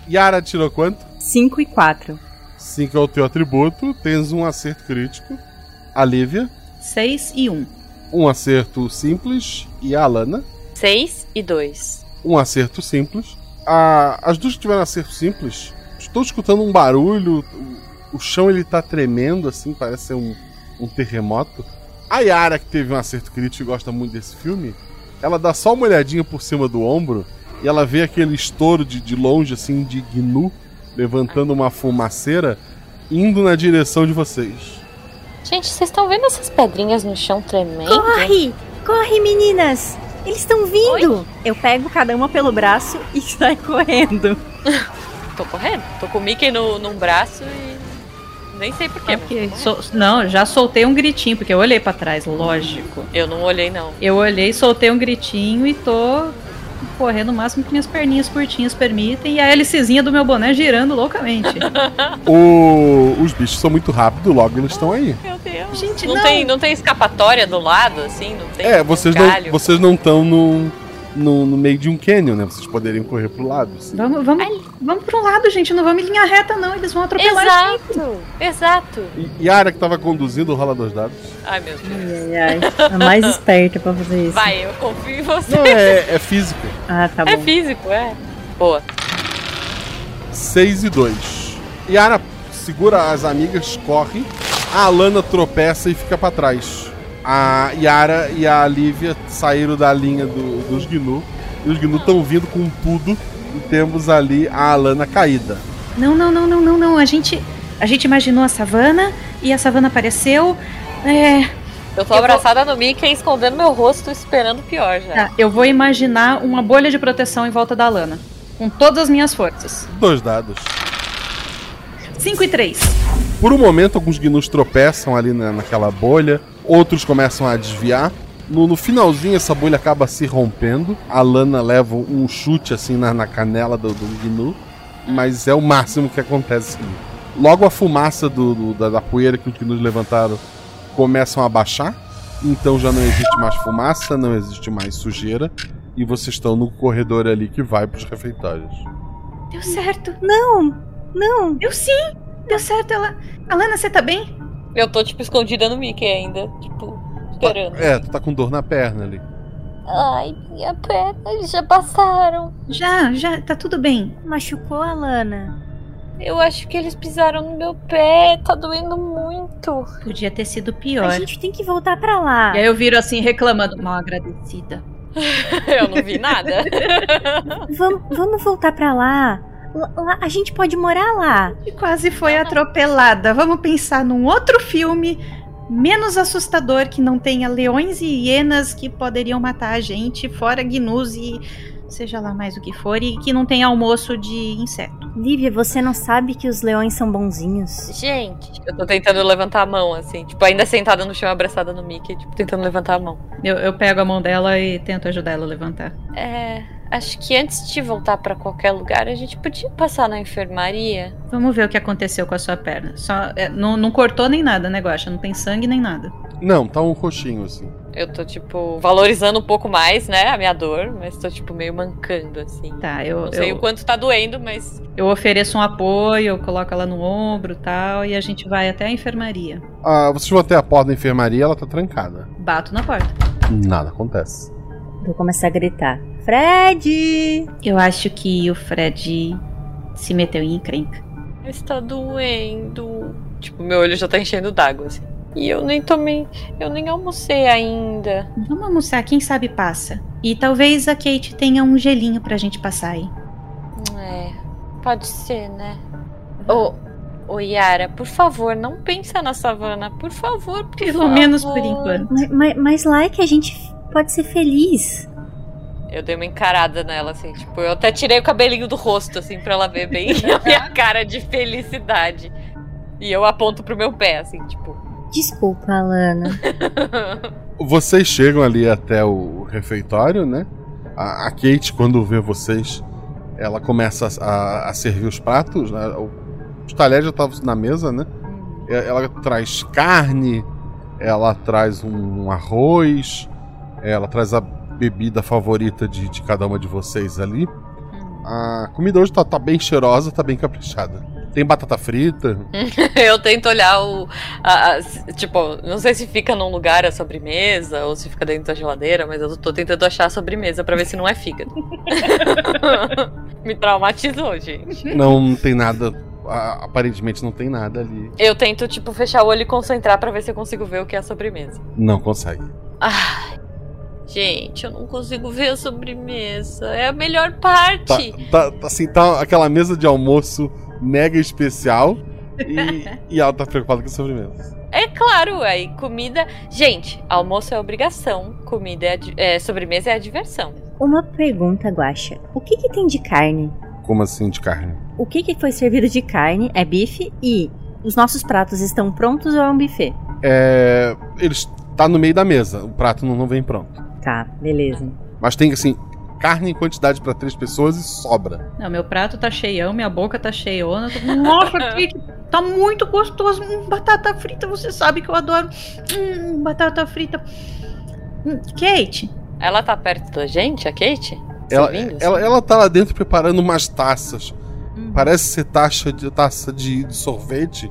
S1: Yara tirou quanto?
S8: 5 e 4.
S1: 5 é o teu atributo. Tens um acerto crítico. A Lívia,
S7: 6 e 1. Um.
S1: um acerto simples. E a Alana,
S6: Seis e dois.
S1: um acerto simples. A- as duas que tiveram acerto simples, estou escutando um barulho. O, o chão ele tá tremendo, assim, parece ser um, um terremoto. A Yara, que teve um acerto crítico e gosta muito desse filme, ela dá só uma olhadinha por cima do ombro e ela vê aquele estouro de, de longe, assim, de gnu, levantando uma fumaceira, indo na direção de vocês.
S11: Gente, vocês estão vendo essas pedrinhas no chão tremendo?
S8: Corre! Corre, meninas! Eles estão vindo! Eu pego cada uma pelo braço e sai correndo.
S6: Tô correndo. Tô com o Mickey no, num braço e. Nem sei porquê.
S7: Ok. Sol- É não, já soltei um gritinho, porque eu olhei pra trás, lógico.
S6: Eu não olhei, não.
S7: Eu olhei, soltei um gritinho e tô correndo o máximo que minhas perninhas curtinhas permitem. E a hélicezinha do meu boné girando loucamente.
S1: O- os bichos são muito rápidos, logo eles estão aí.
S6: Meu Deus.
S7: Gente,
S6: Não,
S7: não.
S6: Tem, não tem escapatória do lado, assim? Não tem
S1: É, vocês
S6: um
S1: não,
S6: galho?
S1: vocês não estão no, no, no meio de um canyon, né? Vocês poderiam correr pro lado. assim.
S7: Vamos, vamos, vamos pra um lado, gente. Não vamos em linha reta, não. Eles vão atropelar. a gente.
S11: Exato, exato.
S1: E, e a área que tava conduzindo rola dois dados.
S6: Ai, meu Deus.
S8: Ai, ai, ai. A mais esperta pra fazer isso.
S6: Vai, eu confio em você.
S1: Não, é, é físico.
S8: Ah, tá
S6: É
S8: bom.
S6: físico, é. Boa.
S1: 6 e 2. Yara segura as amigas, corre. A Alana tropeça e fica pra trás. A Yara e a Lívia saíram da linha do- dos Gnu. E os Gnu estão vindo com tudo. E temos ali a Alana caída.
S7: Não, não, não, não, não, não. A gente, a gente imaginou a savana e a savana apareceu. É,
S6: Eu tô abraçada no Mickey, escondendo meu rosto, esperando o pior já.
S7: Tá, eu vou imaginar uma bolha de proteção em volta da Lana. Com todas as minhas forças.
S1: Dois dados.
S7: 5 e 3.
S1: Por um momento, alguns gnus tropeçam ali na- naquela bolha, outros começam a desviar. No, no finalzinho, essa bolha acaba se rompendo. A Lana leva um chute assim na, na canela do, do gnu, mas é o máximo que acontece ali. Logo, a fumaça do- do- da, da poeira que os gnus levantaram começam a baixar, então já não existe mais fumaça, não existe mais sujeira, e vocês estão no corredor ali que vai para os refeitórios.
S7: Deu certo.
S8: Não, não.
S7: Deu sim. Deu certo. Ela... Alana, você tá bem?
S6: Eu tô, tipo, escondida no Mickey ainda. Tipo, esperando.
S1: É, tu tá com dor na perna ali.
S11: Ai, minha perna, eles já passaram.
S7: Já, já, tá tudo bem.
S8: Machucou a Lana.
S11: Eu acho que eles pisaram no meu pé, tá doendo muito.
S7: Podia ter sido pior.
S8: A gente tem que voltar pra lá.
S7: E aí eu viro assim, reclamando, mal agradecida.
S6: Eu não vi nada.
S8: Vamos, vamos voltar pra lá. Lá- lá- A gente pode morar lá.
S7: E quase foi atropelada. Vamos pensar num outro filme menos assustador que não tenha leões e hienas que poderiam matar a gente, fora gnus e seja lá mais o que for, e que não tenha almoço de inseto.
S8: Lívia, você não sabe que os leões são bonzinhos?
S11: Gente,
S6: Eu tô tentando levantar a mão, assim, tipo, ainda sentada no chão, abraçada no Mickey, tipo, tentando levantar a mão.
S7: Eu, eu pego a mão dela e tento ajudar ela a levantar.
S11: é. Acho que antes de voltar pra qualquer lugar, a gente podia passar na enfermaria.
S7: Vamos ver o que aconteceu com a sua perna. Só, é, não, não cortou nem nada, né, Guaxa? Não tem sangue nem nada.
S1: Não, tá um roxinho assim.
S6: Eu tô, tipo, valorizando um pouco mais, né, a minha dor, mas tô, tipo, meio mancando, assim.
S7: Tá, eu,
S6: Não sei
S7: eu,
S6: o quanto tá doendo, mas.
S7: eu ofereço um apoio, eu coloco ela no ombro tal, e a gente vai até a enfermaria.
S1: Ah, vocês vão até a porta da enfermaria, ela tá trancada.
S7: Bato na porta.
S1: Nada acontece.
S8: Vou começar a gritar. Fred!
S7: Eu acho que o Fred se meteu em encrenca.
S6: Está doendo. Tipo, meu olho já tá enchendo d'água, assim.
S11: E eu nem tomei. Eu nem almocei ainda.
S7: Vamos almoçar, quem sabe passa. E talvez a Kate tenha um gelinho pra gente passar aí.
S11: É, pode ser, né? Ô, ô Yara, por favor, não pensa na savana, por favor, por
S7: Pelo
S11: favor.
S7: menos por enquanto.
S8: Mas, mas- mas lá é que a gente pode ser feliz.
S6: Eu dei uma encarada nela, assim, tipo, eu até tirei o cabelinho do rosto, assim, pra ela ver bem a minha cara de felicidade. E eu aponto pro meu pé, assim, tipo.
S8: Desculpa, Alana.
S1: Vocês chegam ali até o refeitório, né? A, a Kate, quando vê vocês, ela começa a, a- a servir os pratos. Né? O- Os talheres já estavam na mesa, né? E- Ela traz carne, ela traz um, arroz, ela traz a bebida favorita de, de cada uma de vocês ali. A comida hoje tá, tá bem cheirosa, tá bem caprichada. Tem batata frita.
S6: eu tento olhar o. a- a- s- tipo, não sei se fica num lugar a sobremesa ou se fica dentro da geladeira, mas eu tô tentando achar a sobremesa pra ver se não é fígado. Me traumatizou, gente.
S1: Não tem nada. a- aparentemente não tem nada ali.
S6: Eu tento, tipo, fechar o olho e concentrar pra ver se eu consigo ver o que é a sobremesa.
S1: Não consegue.
S6: Ai, gente, eu não consigo ver a sobremesa. É a melhor parte.
S1: Tá, tá- tá assim, tá aquela mesa de almoço mega especial e, e ela tá preocupada com a sobremesa.
S6: É claro, aí comida. Gente, almoço é obrigação, comida é, a di- é, sobremesa é a diversão.
S8: Uma pergunta, Guaxa. O que, que tem de carne?
S1: Como assim de carne?
S8: O que, que foi servido de carne é bife e os nossos pratos estão prontos ou é um buffet?
S1: É. Eles tá no meio da mesa, o prato não, não vem pronto.
S8: Tá, beleza.
S1: Mas tem assim, carne em quantidade pra três pessoas e sobra.
S7: Não, meu prato tá cheião, minha boca tá cheiona. eu tô- Nossa, Kate, tá muito gostoso. Hum, batata frita, você sabe que eu adoro. Hum, batata frita. Hum, Kate,
S6: Ela tá perto da gente, a Kate?
S1: Ela,
S6: Servindo,
S1: ela,
S6: assim?
S1: ela tá lá dentro preparando umas taças. Parece ser taxa de, taça de, de sorvete.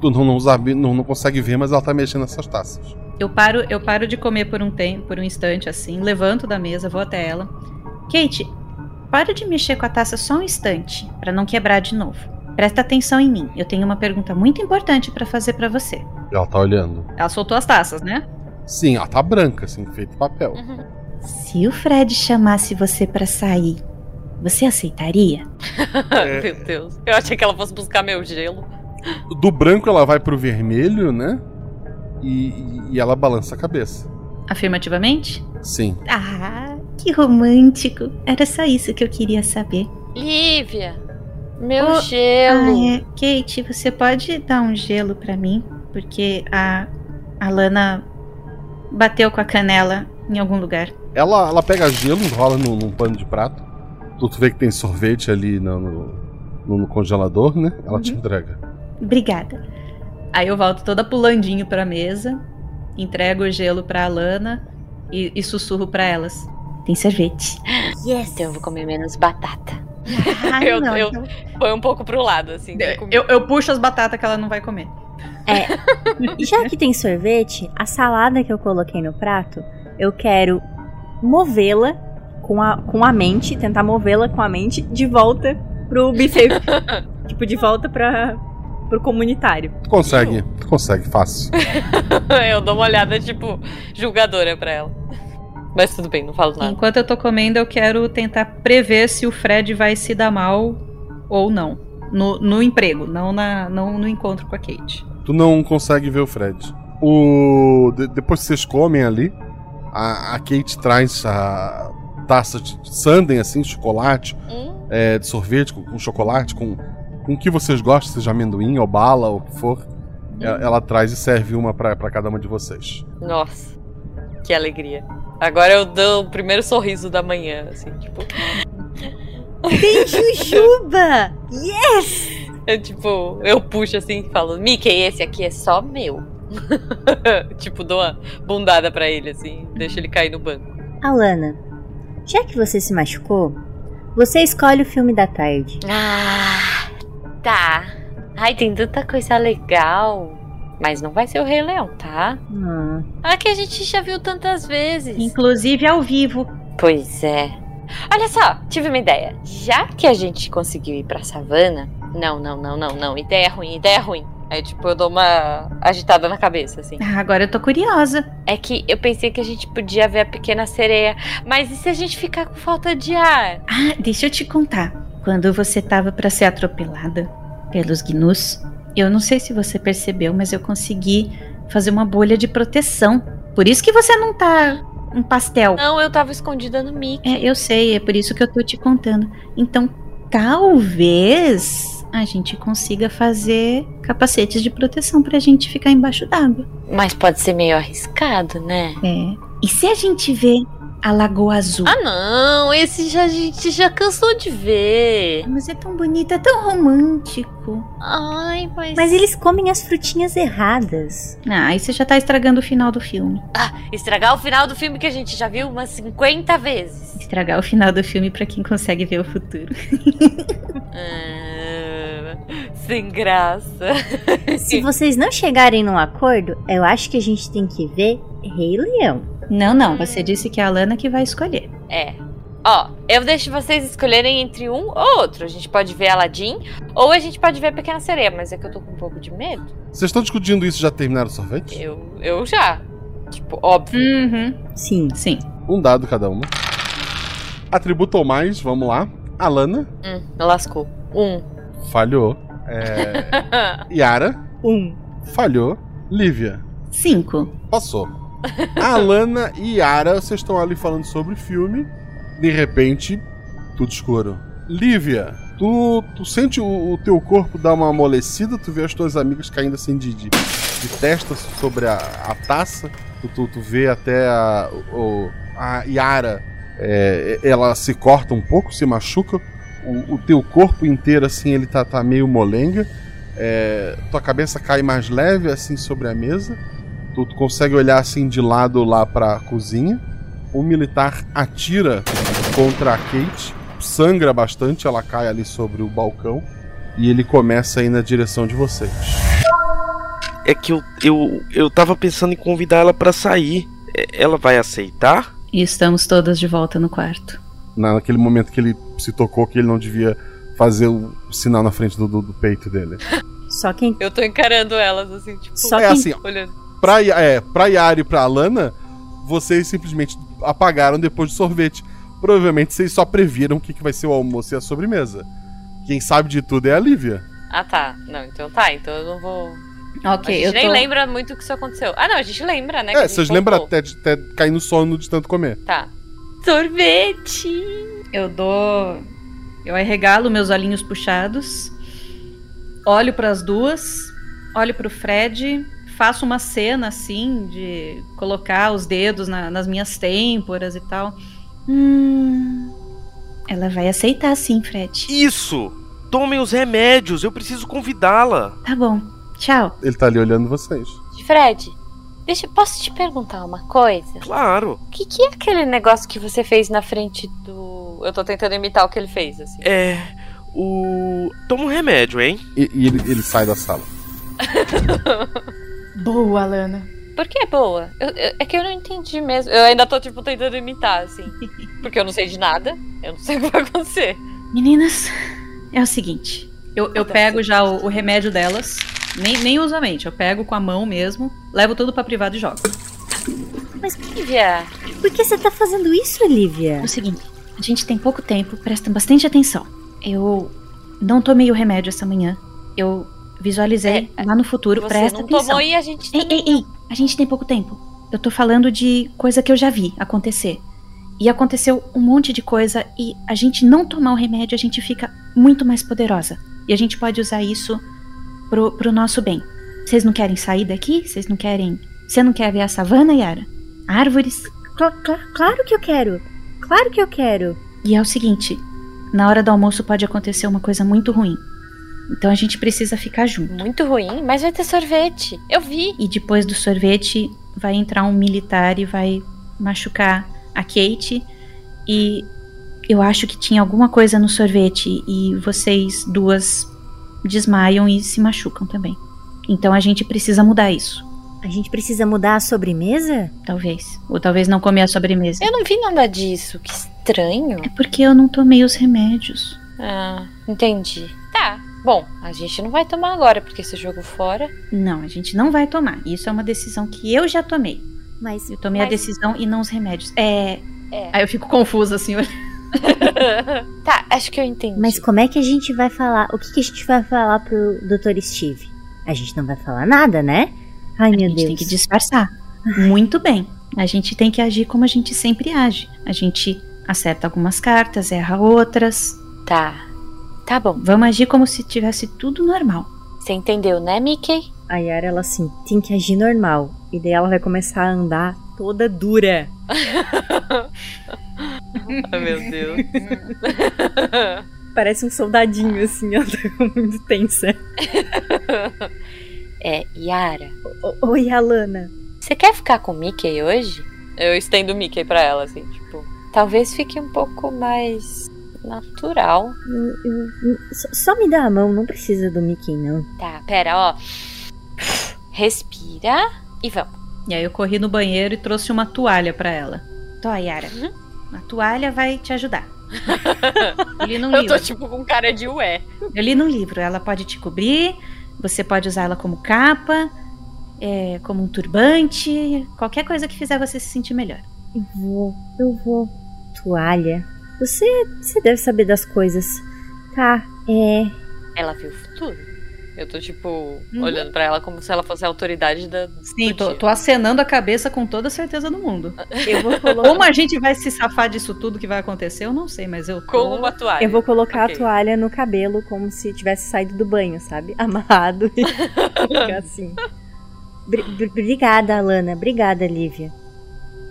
S1: Tu não, não, sabe, não, não consegue ver, mas ela tá mexendo nessas taças.
S7: Eu paro, eu paro de comer por um tempo, por um instante assim, levanto da mesa, vou até ela. Kate, para de mexer com a taça só um instante, pra não quebrar de novo. Presta atenção em mim. Eu tenho uma pergunta muito importante pra fazer pra você.
S1: Ela tá olhando.
S7: Ela soltou as taças, né?
S1: Sim, ela tá branca, assim, feito papel.
S7: Se o Fred chamasse você pra sair, você aceitaria?
S6: Meu Deus. Eu achei que ela fosse buscar meu gelo.
S1: Do branco ela vai pro vermelho, né? E, e- e ela balança a cabeça.
S7: Afirmativamente?
S1: Sim.
S7: Ah, que romântico. Era só isso que eu queria saber.
S11: Lívia, meu
S7: Ô,
S11: gelo.
S7: Ah, é. Kate, você pode dar um gelo pra mim? Porque a, a Lana bateu com a canela em algum lugar.
S1: Ela, ela pega gelo, enrola num, num pano de prato. Tu, tu vê que tem sorvete ali no, no- no- no congelador, né? Ela te entrega.
S7: Obrigada. Aí eu volto toda pulandinho pra mesa, entrego o gelo pra Lana e, e sussurro pra elas. Tem sorvete.
S8: Yes!
S11: Então eu vou comer menos batata.
S7: Ah,
S6: Eu-
S7: não,
S6: eu-
S7: então-
S6: Foi um pouco pro lado, assim. de comer.
S7: É, eu, eu puxo as batatas que ela não vai comer.
S8: Já que tem sorvete, a salada que eu coloquei no prato, eu quero movê-la com a, com a mente, tentar movê-la com a mente de volta pro behavior. tipo, de volta pra, pro comunitário.
S1: Tu consegue, tu consegue, fácil.
S6: eu dou uma olhada, tipo, julgadora pra ela. Mas tudo bem, não falo nada.
S7: Enquanto eu tô comendo, eu quero tentar prever se o Fred vai se dar mal ou não. No, no emprego, não, na, não no encontro com a Kate.
S1: Tu não consegue ver o Fred. O de- depois que vocês comem ali, a, a Kate traz a taça de sundae, assim, de chocolate,
S11: Hum,
S1: é, de sorvete com, com chocolate, com, com o que vocês gostam, seja amendoim ou bala ou o que for. E- Ela, traz e serve uma pra pra cada uma de vocês.
S6: Nossa, que alegria. Agora eu dou o primeiro sorriso da manhã, assim, tipo.
S8: Tem Jujuba! Yes!
S6: Eu, tipo, eu puxo assim e falo, Mickey, esse aqui é só meu. tipo, dou uma bundada pra ele, assim, deixa ele cair no banco.
S8: Alana, já que você se machucou, você escolhe o filme da tarde.
S6: Ah, tá. Ai, tem tanta coisa legal. Mas não vai ser o Rei Leão, tá? Ah, que a gente já viu tantas vezes.
S7: Inclusive ao vivo.
S6: Pois é. Olha só, tive uma ideia. Já que a gente conseguiu ir pra savana. Não, não, não, não, não. Ideia ruim, ideia ruim. Aí, tipo, eu dou uma agitada na cabeça, assim.
S7: Ah, Agora eu tô curiosa.
S6: É que eu pensei que a gente podia ver a pequena sereia. Mas e se a gente ficar com falta de ar?
S7: Ah, deixa eu te contar. Quando você tava pra ser atropelada pelos gnus, eu não sei se você percebeu, mas eu consegui fazer uma bolha de proteção. Por isso que você não tá um pastel.
S6: Não, eu tava escondida no Mickey.
S7: É, eu sei, é por isso que eu tô te contando. Então, talvez a gente consiga fazer capacetes de proteção pra gente ficar embaixo d'água.
S6: Mas pode ser meio arriscado, né?
S7: É. E se a gente vê a Lagoa Azul?
S6: Ah, não, esse já a gente já cansou de ver.
S7: Mas é tão bonito, é tão romântico.
S6: Ai, mas.
S8: Mas eles comem as frutinhas erradas.
S7: Ah, aí você já tá estragando o final do filme.
S6: Estragar o final do filme que a gente já viu umas 50 vezes.
S7: Estragar o final do filme pra quem consegue ver o futuro.
S6: Ah, sem graça.
S8: Se vocês não chegarem num acordo, eu acho que a gente tem que ver Rei Leão.
S7: Não, não, você disse que é a Lana que vai escolher.
S6: É. Ó, eu deixo vocês escolherem entre um ou outro. A gente pode ver Aladdin ou a gente pode ver a Pequena Sereia, mas é que eu tô com um pouco de medo.
S1: Vocês estão discutindo isso já terminaram o sorvete?
S6: Eu, eu já. Tipo, óbvio.
S7: Uhum.
S8: Sim.
S7: Sim.
S1: Um dado cada uma. Atributo ou mais, vamos lá. Alana,
S6: Hum, lascou. Um.
S1: falhou. É, Yara,
S8: Um.
S1: falhou. Lívia,
S7: Cinco.
S1: Passou. A Alana e Yara, vocês estão ali falando sobre filme. De repente, tudo escuro. Lívia, tu, tu sente o, o teu corpo dar uma amolecida, tu vê as tuas amigas caindo assim de, de, de testa sobre a, a taça. Tu, tu, tu vê até a, o, a Yara, é, ela se corta um pouco, se machuca. O, o teu corpo inteiro, assim, ele tá, tá meio molenga. É, tua cabeça cai mais leve, assim, sobre a mesa. Tu, tu consegue olhar assim de lado lá pra cozinha. O militar atira contra a Kate, sangra bastante, ela cai ali sobre o balcão e ele começa a ir na direção de vocês.
S10: É que eu, eu, eu tava pensando em convidar ela pra sair. É- Ela vai aceitar?
S7: E estamos todas de volta no quarto.
S1: Na- Naquele momento que ele se tocou que ele não devia fazer o sinal na frente do, do- do peito dele.
S8: Só quem.
S6: Eu tô encarando elas assim, tipo,
S8: Só
S1: É
S8: quem.
S1: assim, ó,
S6: olhando.
S1: pra, Ya- é, pra Yara e pra Alana, vocês simplesmente apagaram depois do sorvete. Provavelmente vocês só previram o que, que vai ser o almoço e a sobremesa. Quem sabe de tudo é a Lívia.
S6: Ah, tá. Não, então tá. Então eu não vou.
S7: Ok,
S6: a gente
S7: eu
S6: nem
S7: tô...
S6: lembra muito o que isso aconteceu. Ah, não, a gente lembra, né? que
S1: É,
S6: a gente
S1: vocês lembram
S6: voltou.
S1: até de até cair no sono de tanto comer.
S6: Tá. Sorvete!
S7: Eu dou. Eu arregalo meus olhinhos puxados, olho pras duas, olho pro Fred, faço uma cena assim de colocar os dedos na- nas minhas têmporas e tal. Hum. Ela vai aceitar sim, Fred.
S10: Isso! Tomem os remédios, eu preciso convidá-la.
S7: Tá bom. Tchau.
S1: Ele tá ali olhando vocês.
S11: Fred, deixa, posso te perguntar uma coisa?
S10: Claro.
S11: O que, que é aquele negócio que você fez na frente
S6: Do... Eu tô tentando imitar o que ele fez, assim.
S10: É. O. Toma um remédio, hein?
S1: E, e ele, ele sai da sala.
S12: Boa, Alana.
S6: Por que é boa? Eu- eu- é que eu não entendi mesmo. Eu ainda tô, tipo, tentando imitar, assim. Porque eu não sei de nada. Eu não sei o que vai acontecer.
S7: Meninas, é o seguinte. Eu, eu pego já o, o remédio delas. Nem, nem uso a mente. Eu pego com a mão mesmo, levo tudo pra privado e jogo.
S6: Mas, Lívia...
S8: Por que você tá fazendo isso, Olivia?
S7: É o seguinte, a gente tem pouco tempo, prestem bastante atenção. Eu não tomei o remédio essa manhã. Eu visualizei lá no futuro,
S6: É, Você
S7: presta
S6: não
S7: atenção.
S6: tomou e a gente
S7: Ei, ei, ei, a gente tem pouco tempo. Eu tô falando de coisa que eu já vi acontecer. E aconteceu um monte de coisa e a gente não tomar o remédio, a gente fica muito mais poderosa. E a gente pode usar isso pro, pro nosso bem. Vocês não querem sair daqui? Vocês não querem. Você não quer ver a savana, Yara? Árvores?
S8: claro que eu quero. Claro que eu quero.
S7: E é o seguinte: na hora do almoço pode acontecer uma coisa muito ruim. Então a gente precisa ficar junto.
S6: Muito ruim, mas vai ter sorvete. Eu vi.
S7: E depois do sorvete vai entrar um militar e vai machucar a Kate. E eu acho que tinha alguma coisa no sorvete e vocês duas desmaiam e se machucam também. Então a gente precisa mudar isso.
S8: A gente precisa mudar a sobremesa?
S7: Talvez. Ou talvez não comer a sobremesa.
S6: Eu não vi nada disso. Que estranho.
S7: É porque eu não tomei os remédios.
S6: Ah, entendi. Tá. Bom, a gente não vai tomar agora, porque você jogou fora.
S7: Não, a gente não vai tomar. Isso é uma decisão que eu já tomei.
S8: Mas
S7: Eu tomei a
S6: Mas-
S7: decisão e não os reméus. É.
S6: É.
S7: Aí eu fico confusa, assim. olha.
S6: Tá, acho que eu entendi.
S8: Mas como é que a gente vai falar? O que, que a gente vai falar pro Dr. Steve? A gente não vai falar nada, né? Ai,
S7: a
S8: meu
S7: gente
S8: Deus.
S7: tem que disfarçar. Muito bem. A gente tem que agir como a gente sempre age. A gente acerta algumas cartas, erra outras.
S6: Tá. Tá bom.
S7: Vamos agir como se tivesse tudo normal.
S6: Você entendeu, né, Mickey?
S8: A Yara, ela assim, tem que agir normal. E daí ela vai começar a andar toda dura.
S6: Ai, meu Deus.
S8: Parece um soldadinho, assim, ela tá muito tensa.
S6: é, Yara,
S8: O- Oi, Alana.
S6: você quer ficar com o Mickey hoje? Eu estendo o Mickey pra ela, assim, tipo. Talvez fique um pouco mais natural.
S8: Hum, hum, hum, só- Só me dá a mão, não precisa do Mickey, não.
S6: Tá, pera, ó. Respira e vamos.
S7: E aí eu corri no banheiro e trouxe uma toalha pra ela. Tó, Yara.
S6: Uhum.
S7: A toalha vai te ajudar. eu li num livro.
S6: tipo com cara de ué.
S7: Eu li num livro. Ela pode te cobrir, você pode usar ela como capa, é, como um turbante, qualquer coisa que fizer você se sentir melhor.
S8: Eu vou, eu vou. Toalha. Você, você deve saber das coisas. Tá, é.
S6: Ela viu o futuro. Eu tô, tipo,
S7: Uhum.
S6: olhando pra ela como se ela fosse a autoridade da.
S7: Sim,
S6: do
S7: tô,
S6: dia.
S7: tô acenando a cabeça com toda a certeza do mundo.
S8: Eu vou colocar.
S7: Como a gente vai se safar disso tudo que vai acontecer, eu não sei, mas eu tô...
S6: Com uma toalha.
S8: Eu vou colocar
S6: Ok.
S8: a toalha no cabelo como se tivesse saído do banho, sabe? Amarrado e ficar assim. Bri- bri- Obrigada, Alana. Obrigada, Lívia.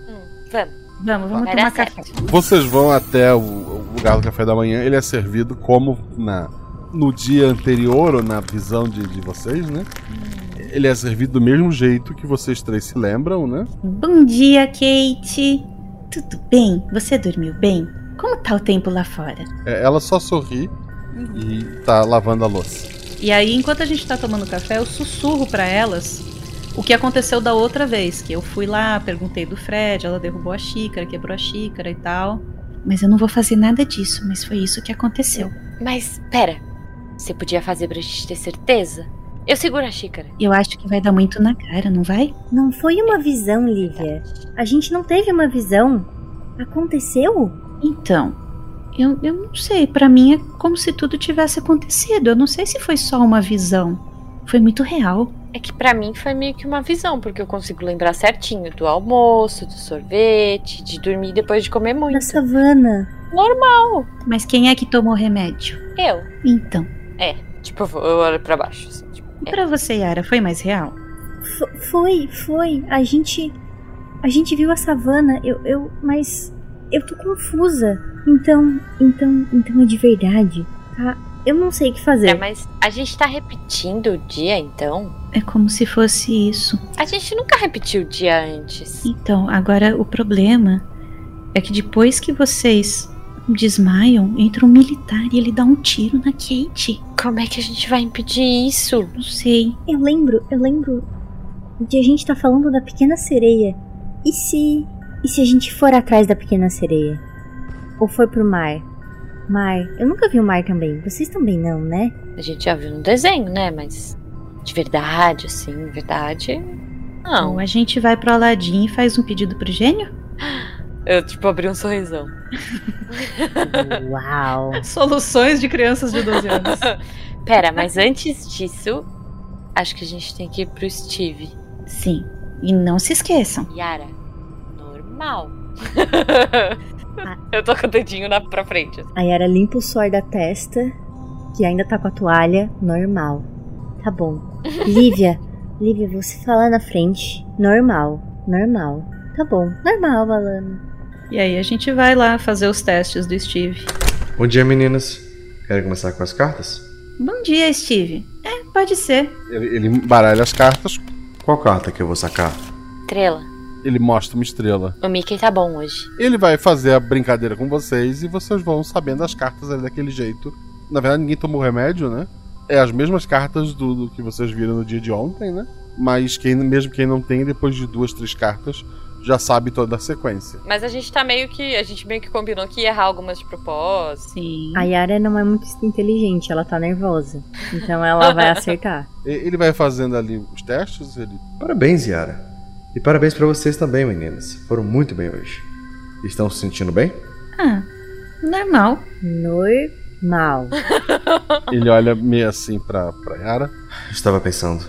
S6: Hum, vamos.
S7: Vamos, vamos
S6: Vai dar
S7: tomar café.
S6: certo.
S1: Vocês vão até o, o lugar do café da manhã, ele é servido como na, no dia anterior, ou na visão de, de vocês, né? Ele é servido do mesmo jeito que vocês três se lembram, né?
S7: Bom dia, Kate. Tudo bem? Você dormiu bem? Como tá o tempo lá fora?
S1: É, Ela só sorri e tá lavando a louça.
S7: E aí, enquanto a gente tá tomando café, eu sussurro pra elas o que aconteceu da outra vez, que eu fui lá, perguntei do Fred, ela derrubou a xícara, quebrou a xícara e tal. Mas eu não vou fazer nada disso, mas foi isso que aconteceu.
S6: Mas, pera. Você podia fazer pra gente ter certeza? Eu seguro a xícara.
S7: Eu acho que vai dar muito na cara, não vai?
S8: Não foi uma visão, Lívia. A gente não teve uma visão. Aconteceu?
S7: Então, eu, eu não sei. Pra mim é como se tudo tivesse acontecido. Eu não sei se foi só uma visão. Foi muito real.
S6: É que pra mim foi meio que uma visão, porque eu consigo lembrar certinho do almoço, do sorvete, de dormir depois de comer muito.
S8: Na savana.
S7: Mas quem é que tomou o remédio?
S6: Eu.
S7: Então,
S6: Tipo, eu vou- eu olho pra baixo. Assim, tipo,
S7: e
S6: é.
S7: pra você, Yara, foi mais real?
S8: F- foi, foi. A gente. A gente viu a savana. Eu, eu. Mas. Eu tô confusa. Então. Então. Então é de verdade. Tá? Eu não sei o que fazer.
S6: É, mas a gente tá repetindo o dia, então?
S7: É como se fosse isso.
S6: A gente nunca repetiu o dia antes.
S7: Então, agora o problema é que depois que vocês desmaiam, entra um militar e ele dá um tiro na Kate.
S6: Como é que a gente vai impedir isso?
S7: Não sei.
S8: Eu lembro, eu lembro. onde a gente tá falando da pequena sereia. E se. E se a gente for atrás da pequena sereia? Ou foi pro mar? Mar. Eu nunca vi o mar também. Vocês também não, né?
S11: A gente já viu no desenho, né? Mas de verdade, assim, verdade. Não.
S7: Ou Então, a gente vai pro Aladim e faz um pedido pro gênio?
S6: Eu, tipo, abri um sorrisão.
S8: Uau!
S7: Soluções de crianças de 12 anos.
S11: Pera, mas antes disso, acho que a gente tem que ir pro Steve.
S7: Sim. E não se esqueçam.
S11: Yara, normal. Eu tô com o dedinho na, pra frente.
S8: A Yara limpa o suor da testa, que ainda tá com a toalha, normal. Tá bom. Lívia, Lívia, você fala na frente. Normal, normal. Tá bom, normal, Balana.
S7: E aí a gente vai lá fazer os testes do Steve.
S9: Bom dia, meninas. Querem começar com as cartas?
S7: Bom dia, Steve. É, pode ser.
S1: Ele, ele baralha as cartas,
S9: Qual carta que eu vou sacar?
S11: Trela,
S1: ele mostra uma estrela.
S11: o Mickey tá bom hoje.
S1: Ele vai fazer a brincadeira com vocês e vocês vão sabendo as cartas ali daquele jeito. Na verdade, ninguém tomou remédio, né? É as mesmas cartas do, do que vocês viram no dia de ontem, né? Mas quem, mesmo quem não tem, depois de duas, três cartas, já sabe toda a sequência.
S6: Mas a gente tá meio que. A gente meio que combinou que ia errar algumas de propósito.
S7: Sim.
S8: A Yara não é muito inteligente, ela tá nervosa. Então ela vai acertar.
S1: E- Ele vai fazendo ali os testes, ele.
S9: Parabéns, Yara. E parabéns pra vocês também, meninas. Foram muito bem hoje. Estão se sentindo bem?
S7: Ah, normal.
S8: Normal.
S1: Ele olha meio assim pra, pra Yara.
S9: Eu Estava pensando.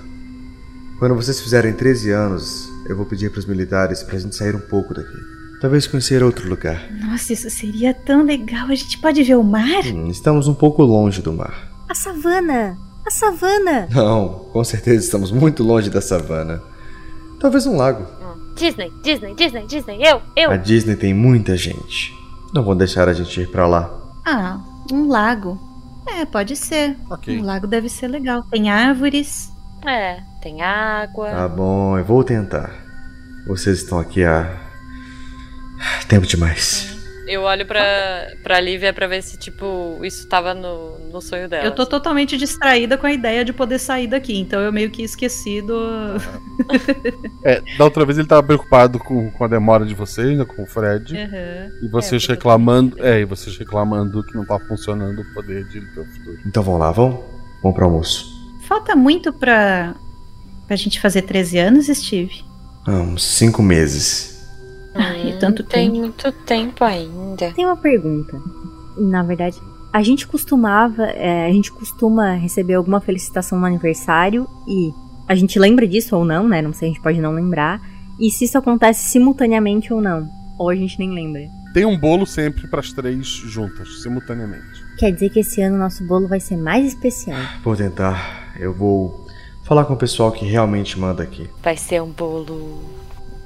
S9: Quando vocês fizerem 13 anos, eu vou pedir pros militares pra gente sair um pouco daqui. Talvez conhecer outro lugar.
S7: Nossa, isso seria tão legal. A gente pode ver o mar?
S9: Hum, estamos um pouco longe do mar.
S8: A savana! A savana!
S9: Não, com certeza estamos muito longe da savana. Talvez um lago.
S11: Disney, Disney, Disney, Disney. Eu, eu.
S9: A Disney tem muita gente. Não vão deixar a gente ir pra lá.
S7: Ah, um lago. É, pode ser.
S1: Ok.
S7: Um lago deve ser legal. Tem árvores.
S11: É, tem água.
S9: Tá bom, eu vou tentar. Vocês estão aqui há. tempo demais.
S6: Eu olho pra, pra Lívia pra ver se, tipo, isso tava no, no sonho dela. Assim.
S7: Eu tô totalmente distraída com a ideia de poder sair daqui, então eu meio que esqueci do.
S1: É, da outra vez ele tava preocupado com, com a demora de vocês, né? Com o Fred.
S7: Aham.
S1: E vocês
S7: É, porque eu tô
S1: reclamando. É, e vocês reclamando que não tá funcionando o poder de Liga Futuro.
S9: Então vão lá, vão? Vão pro almoço.
S7: Falta muito pra. pra gente fazer 13 anos, Steve?
S9: Há uns cinco meses.
S7: Ai, tanto
S11: tem
S7: tempo.
S11: muito tempo ainda.
S8: Tem uma pergunta. Na verdade, a gente costumava. é, a gente costuma receber alguma felicitação no aniversário e a gente lembra disso ou não, né? Não sei, a gente pode não lembrar. E se isso acontece simultaneamente ou não. Ou a gente nem lembra.
S1: Tem um bolo sempre pras três juntas, simultaneamente.
S8: Quer dizer que esse ano nosso bolo vai ser mais especial.
S9: Vou tentar. Eu vou falar com o pessoal que realmente manda aqui.
S11: Vai ser um bolo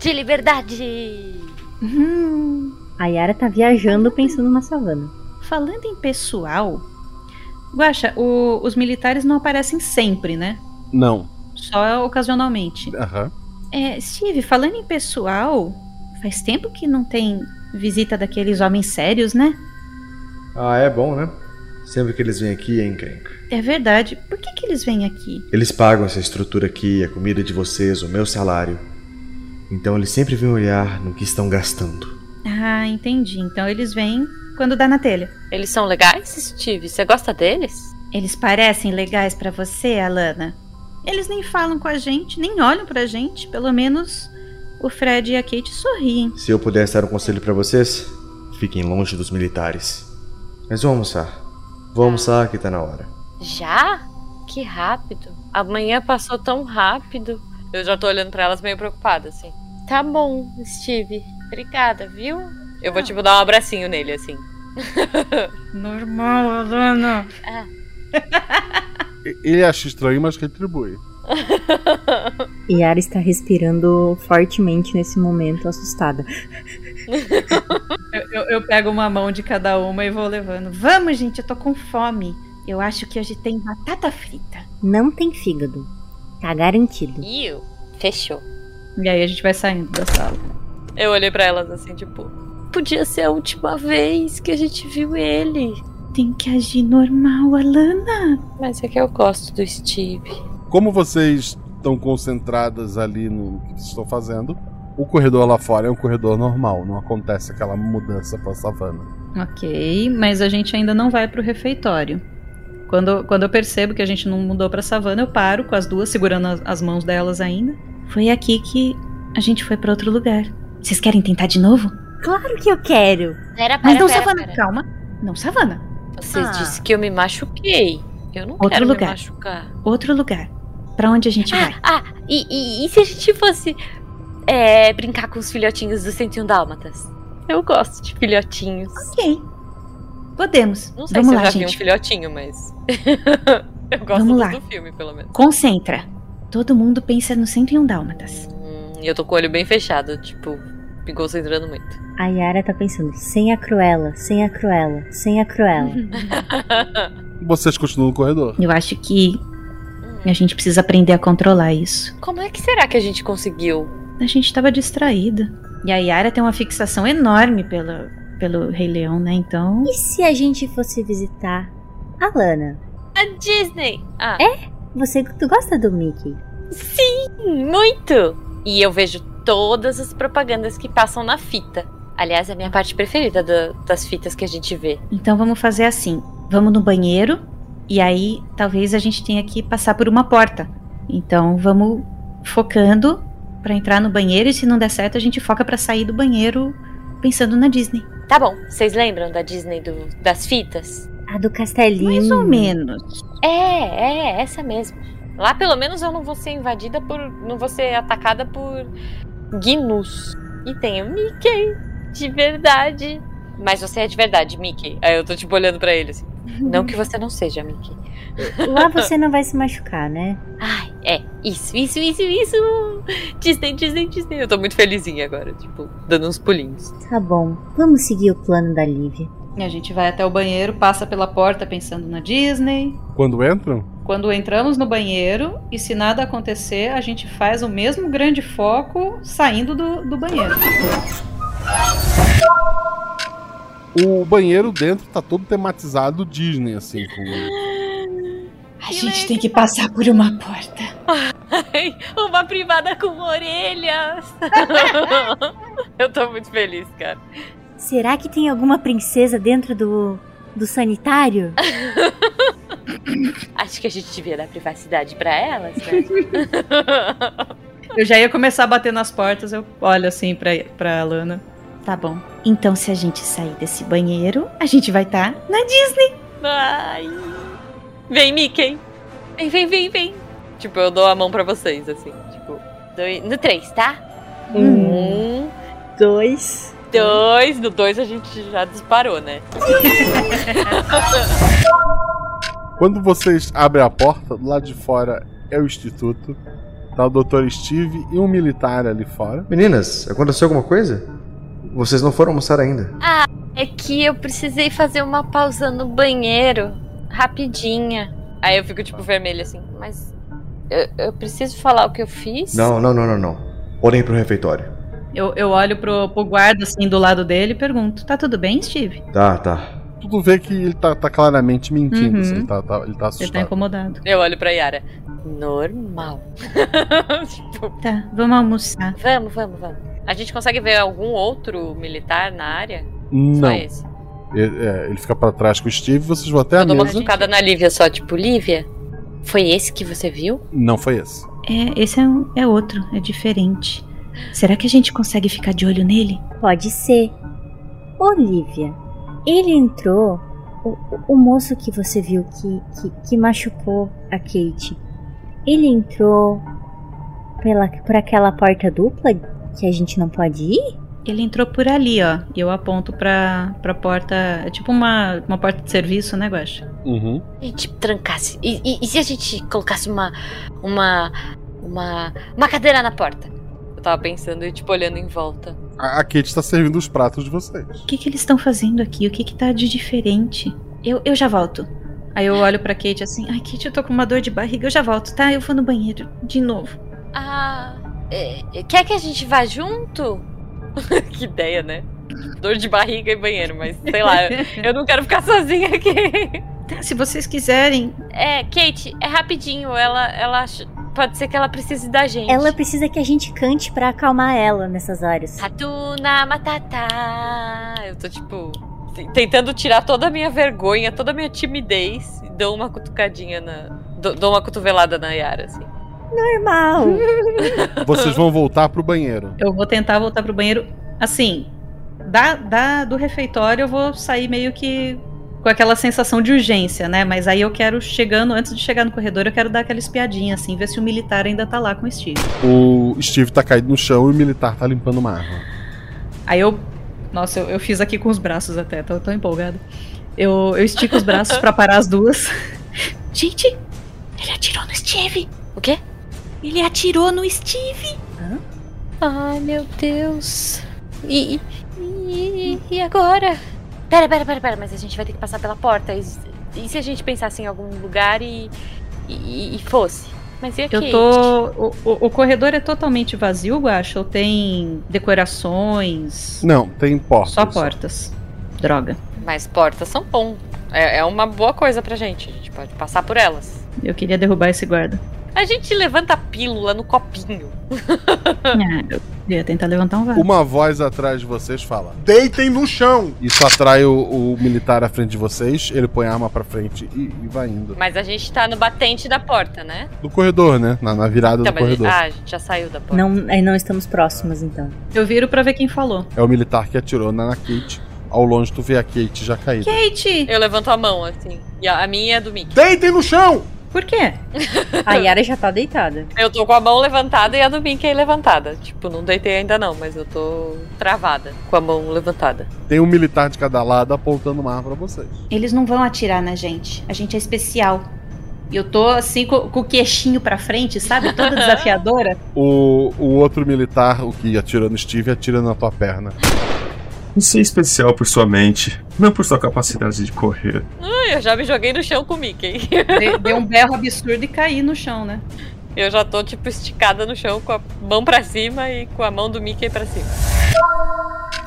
S11: de liberdade.
S7: Hum,
S8: A Yara tá viajando pensando na savana.
S7: falando em pessoal. Guaxa, o- os militares não aparecem sempre, né?
S1: Não.
S7: Só ocasionalmente.
S1: Aham.
S7: É, Steve, falando em pessoal, faz tempo que não tem visita daqueles homens sérios, né?
S9: Ah, é bom, né? Sempre que eles vêm aqui é encrenca.
S7: É verdade. Por que, que eles vêm aqui?
S9: Eles pagam essa estrutura aqui, a comida de vocês, o meu salário. Então eles sempre vêm olhar no que estão gastando.
S7: Ah, entendi. Então eles vêm quando dá na telha.
S11: Eles são legais, Steve? Você gosta deles?
S7: Eles parecem legais pra você, Alana? Eles nem falam com a gente, nem olham pra gente. Pelo menos o Fred e a Kate sorriem.
S9: Se eu pudesse dar um conselho pra vocês, fiquem longe dos militares. Mas vamos almoçar. Vamos almoçar que tá na hora.
S11: Já? Que rápido. Amanhã passou tão rápido.
S6: Eu já tô olhando pra elas meio preocupada, assim.
S11: Tá bom, Steve. Obrigada, viu?
S6: Eu vou, tipo, dar um abracinho nele, assim.
S7: Normal, Alana.
S1: E- Ele acha estranho, mas retribui.
S8: Yara está respirando fortemente nesse momento, assustada.
S7: Eu, eu- eu pego uma mão de cada uma e vou levando. Vamos, gente, eu tô com fome. Eu acho que hoje tem batata frita.
S8: Não tem fígado. Tá garantido.
S11: Iu. Fechou.
S7: E aí a gente vai saindo da sala.
S6: Eu olhei pra elas, assim, tipo...
S11: Podia ser a última vez que a gente viu ele.
S7: Tem que agir normal, Alana.
S11: Mas é que eu gosto do Steve.
S1: Como vocês estão concentradas ali no que vocês estão fazendo. O corredor lá fora é um corredor normal, não acontece aquela mudança pra savana.
S7: Ok, mas a gente ainda não vai pro refeitório. Quando, quando eu percebo que a gente não mudou pra savana, eu paro com as duas, segurando as, as mãos delas ainda. Foi aqui que a gente foi pra outro lugar. Vocês querem tentar de novo?
S8: Claro que eu quero.
S6: Pera, pera,
S7: Mas não,
S6: pera,
S7: savana,
S6: pera.
S7: calma. Não, savana.
S6: Você
S8: Ah.
S6: disse que eu me machuquei. Eu não
S7: Outro
S6: quero
S7: lugar.
S6: me machucar.
S7: Outro lugar. Pra onde a gente vai?
S6: Ah, e, e- e se a gente fosse é, brincar com os filhotinhos dos 101 Dálmatas? Eu gosto de filhotinhos.
S7: Ok. Podemos.
S6: Não sei
S7: Vamos
S6: se eu
S7: lá,
S6: já vi um
S7: gente.
S6: filhotinho, mas. eu gosto
S7: Vamos
S6: do,
S7: lá.
S6: do filme, pelo menos.
S7: Concentra. Todo mundo pensa no 101 Dálmatas.
S6: Hum, E eu tô com o olho bem fechado, tipo, me concentrando muito.
S8: A Yara tá pensando, sem a Cruella, sem a Cruella, sem a Cruella.
S1: E vocês continuam no corredor.
S7: Eu acho que a gente precisa aprender a controlar isso.
S6: Hum, Como é que será que a gente conseguiu?
S7: A gente tava distraída. E a Yara tem uma fixação enorme pelo, pelo Rei Leão, né? Então.
S8: E se a gente fosse visitar a Lana?
S6: A Disney! Ah,
S8: Você tu gosta do Mickey?
S6: muito! E eu vejo todas as propagandas que passam na fita. Aliás, é a minha parte preferida da- das fitas que a gente vê.
S7: Então vamos fazer assim. Vamos no banheiro e aí talvez a gente tenha que passar por uma porta. Então vamos focando pra entrar no banheiro e se não der certo a gente foca pra sair do banheiro pensando na Disney.
S6: Tá bom, vocês lembram da Disney do- das fitas?
S8: A do castelinho.
S7: Mais ou menos.
S6: É, é, essa mesmo. Lá pelo menos eu não vou ser invadida por. não vou ser atacada por gnus. E tem o Mickey, de verdade. Mas você é de verdade, Mickey. Aí eu tô tipo olhando pra ele assim. Não que você não seja, Mickey.
S8: Lá você não vai se machucar, né?
S6: Ai, é. Isso, isso, isso, isso. Disney, Disney, Disney. Eu tô muito felizinha agora, tipo, dando uns pulinhos.
S8: Tá bom, vamos seguir o plano da Lívia.
S7: E a gente vai até o banheiro, passa pela porta pensando na Disney.
S1: Quando entram,
S7: Quando entramos no banheiro e se nada acontecer, a gente faz o mesmo grande foco saindo do, do banheiro.
S1: o banheiro dentro tá todo tematizado Disney, assim. Com...
S7: A gente tem que passar por uma porta.
S6: Ai, uma privada com orelhas. eu tô muito feliz, cara.
S8: Será que tem alguma princesa dentro do, do sanitário?
S6: Acho que a gente devia dar privacidade pra elas, né?
S7: Eu já ia começar a bater nas portas, eu olho assim pra, pra Alana. Tá bom. Então, se a gente sair desse banheiro, a gente vai estar na Disney.
S6: Ai. Vem, Mickey. Vem, vem, vem, vem. Tipo, eu dou a mão pra vocês, assim. Tipo, dois, no três, tá? Um,
S8: dois.
S6: dois. No dois a gente já disparou, né?
S1: Quando vocês abrem a porta, do lado de fora é o instituto. Tá o Dr. Steve e um militar ali fora.
S9: Meninas, aconteceu alguma coisa? Vocês não foram almoçar ainda.
S6: É que eu precisei fazer uma pausa no banheiro, rapidinha. Aí eu fico, tipo, vermelha assim, mas eu, eu preciso falar o que eu fiz?
S9: Não, não, não, não, não. Podem ir pro refeitório.
S7: Eu, eu olho pro, pro guarda assim do lado dele e pergunto: Tá tudo bem, Steve?
S9: Tá, tá.
S1: Tudo vê que ele tá, tá claramente mentindo,
S7: Uhum.
S1: assim, ele, tá, tá- ele tá
S7: Ele tá
S1: assustado.
S7: incomodado.
S6: Eu olho pra Yara. Normal. tipo,
S7: Tá, vamos almoçar.
S6: vamos, vamos, vamos. A gente consegue ver algum outro militar na área? Só
S1: Não, ele,
S6: esse.
S1: é, ele fica pra trás com o Steve, vocês vão até a
S6: Eu dou uma
S1: mesa.
S6: cutucada na Lívia só, tipo, Lívia, foi esse que você viu?
S1: Não foi esse.
S7: É, esse é, um, é outro, é diferente. Será que a gente consegue ficar de olho nele?
S8: Pode ser. Olivia, ele entrou. O, o moço que você viu que, que, que machucou a Kate, ele entrou pela, por aquela porta dupla que a gente não pode ir?
S7: Ele entrou por ali, ó. E eu aponto pra, pra porta. É tipo uma, uma porta de serviço, né, Guaxa?
S1: Uhum.
S6: A gente tipo, trancasse. E, e- e se a gente colocasse uma. uma. uma. uma cadeira na porta? Eu tava pensando e, tipo, olhando em volta.
S1: A, a Kate tá servindo os pratos de vocês.
S7: O que, que eles estão fazendo aqui? O que, que tá de diferente? Eu, eu já volto. Aí eu olho pra Kate assim, ai Kate, eu tô com uma dor de barriga, eu já volto, tá? Eu vou no banheiro de novo.
S6: Ah. é, quer que a gente vá junto? que ideia, né? Dor de barriga e banheiro, mas sei lá, Ah, eu- eu não quero ficar sozinha aqui.
S7: Tá, se vocês quiserem.
S6: É, Kate, é rapidinho. Ela, ela ch- pode ser que ela precise da gente.
S8: Ela precisa que a gente cante pra acalmar ela nessas áreas.
S6: Hatuna Matata. Eu tô tipo t- tentando tirar toda a minha vergonha, toda a minha timidez e dou uma cutucadinha na dou, dou uma cotovelada na Yara assim.
S8: Normal.
S1: Vocês vão voltar pro banheiro.
S7: Eu vou tentar voltar pro banheiro. Assim, da, da- do refeitório eu vou sair meio que com aquela sensação de urgência, né? Mas aí eu quero, chegando, antes de chegar no corredor, eu quero dar aquela espiadinha, assim, ver se o militar ainda tá lá com o Steve.
S1: O Steve tá caído no chão e o militar tá limpando uma arma.
S7: Aí eu. Nossa, eu, eu fiz aqui com os braços até, tô tão empolgada. Eu, eu estico os braços pra parar as duas. Gente,
S13: Ele atirou no Steve.
S6: O quê?
S13: Ele atirou no Steve.
S6: Ai, meu Deus. E, e, e agora? Pera, pera, pera, pera, mas a gente vai ter que passar pela porta. E, e se a gente pensasse em algum lugar e, e, e fosse? Mas e aqui?
S7: Eu tô. O, o- o corredor é totalmente vazio, Guacha? Ou tem decorações?
S1: Não, tem portas.
S7: Só portas. Droga.
S6: Mas portas são bom. É, é uma boa coisa pra gente. A gente pode passar por elas.
S7: Eu queria derrubar esse guarda.
S6: A gente levanta a pílula no copinho.
S7: É, eu ia tentar levantar um vaso.
S1: Uma voz atrás de vocês fala.
S14: Deitem no chão!
S1: Isso atrai o, o militar à frente de vocês, ele põe a arma pra frente e, e vai indo.
S6: Mas a gente tá no batente da porta, né?
S1: Do corredor, né? Na, na virada
S6: Então,
S1: do
S6: mas a gente-
S1: corredor.
S6: ah, a gente já saiu da porta.
S8: Não, aí não estamos próximas, então.
S7: Eu viro pra ver quem falou.
S1: É o militar que atirou na, na Kate. Ao longe tu vê a Kate já caída.
S7: Kate!
S6: Eu levanto a mão, assim. E a, a minha é do Mickey.
S14: Deitem no chão!
S7: Por quê?
S8: A Yara já tá deitada.
S6: Eu tô com a mão levantada e a do Mickey levantada. Tipo, não deitei ainda não, mas eu tô travada com a mão levantada.
S1: Tem um militar de cada lado apontando uma arma pra vocês.
S7: Eles não vão atirar na gente. A gente é especial. E eu tô assim, co- com, o queixinho pra frente, sabe? Toda desafiadora.
S1: O, o outro militar, o que atirou no Steve, atira na tua perna.
S15: Você é especial por sua mente, não por sua capacidade de correr.
S6: Ai, eu já me joguei no chão com o Mickey.
S7: De- Deu um berro absurdo e caí no chão, né?
S6: Eu já tô, tipo, esticada no chão com a mão pra cima e com a mão do Mickey pra cima.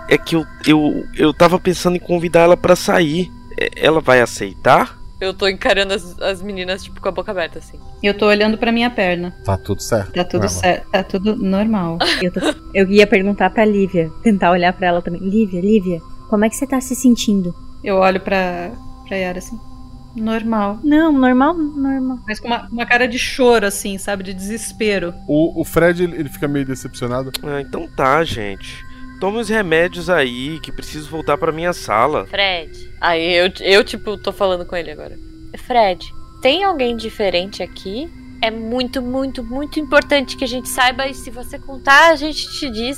S2: É que eu, eu, eu tava pensando em convidar ela pra sair. É- Ela vai aceitar?
S6: Eu tô encarando as, as meninas, tipo, com a boca aberta, assim.
S7: Eu tô olhando pra minha perna.
S1: Tá tudo certo.
S7: Tá tudo
S1: Ela.
S7: certo, tá tudo normal.
S8: Eu, tô- eu ia perguntar pra Lívia, tentar olhar pra ela também. Lívia, Lívia, como é que você tá se sentindo?
S7: Eu olho pra, pra Yara assim. Normal.
S8: Não, normal, normal.
S7: Mas com uma, uma cara de choro, assim, sabe? De desespero.
S1: O, o Fred, ele ele fica meio decepcionado.
S2: Ah, então tá, gente. Tome os remédios aí, que preciso voltar pra minha sala.
S6: Fred. Aí eu, eu, tipo, tô falando com ele agora. Fred, tem alguém diferente aqui? É muito, muito, muito importante que a gente saiba e se você contar, a gente te diz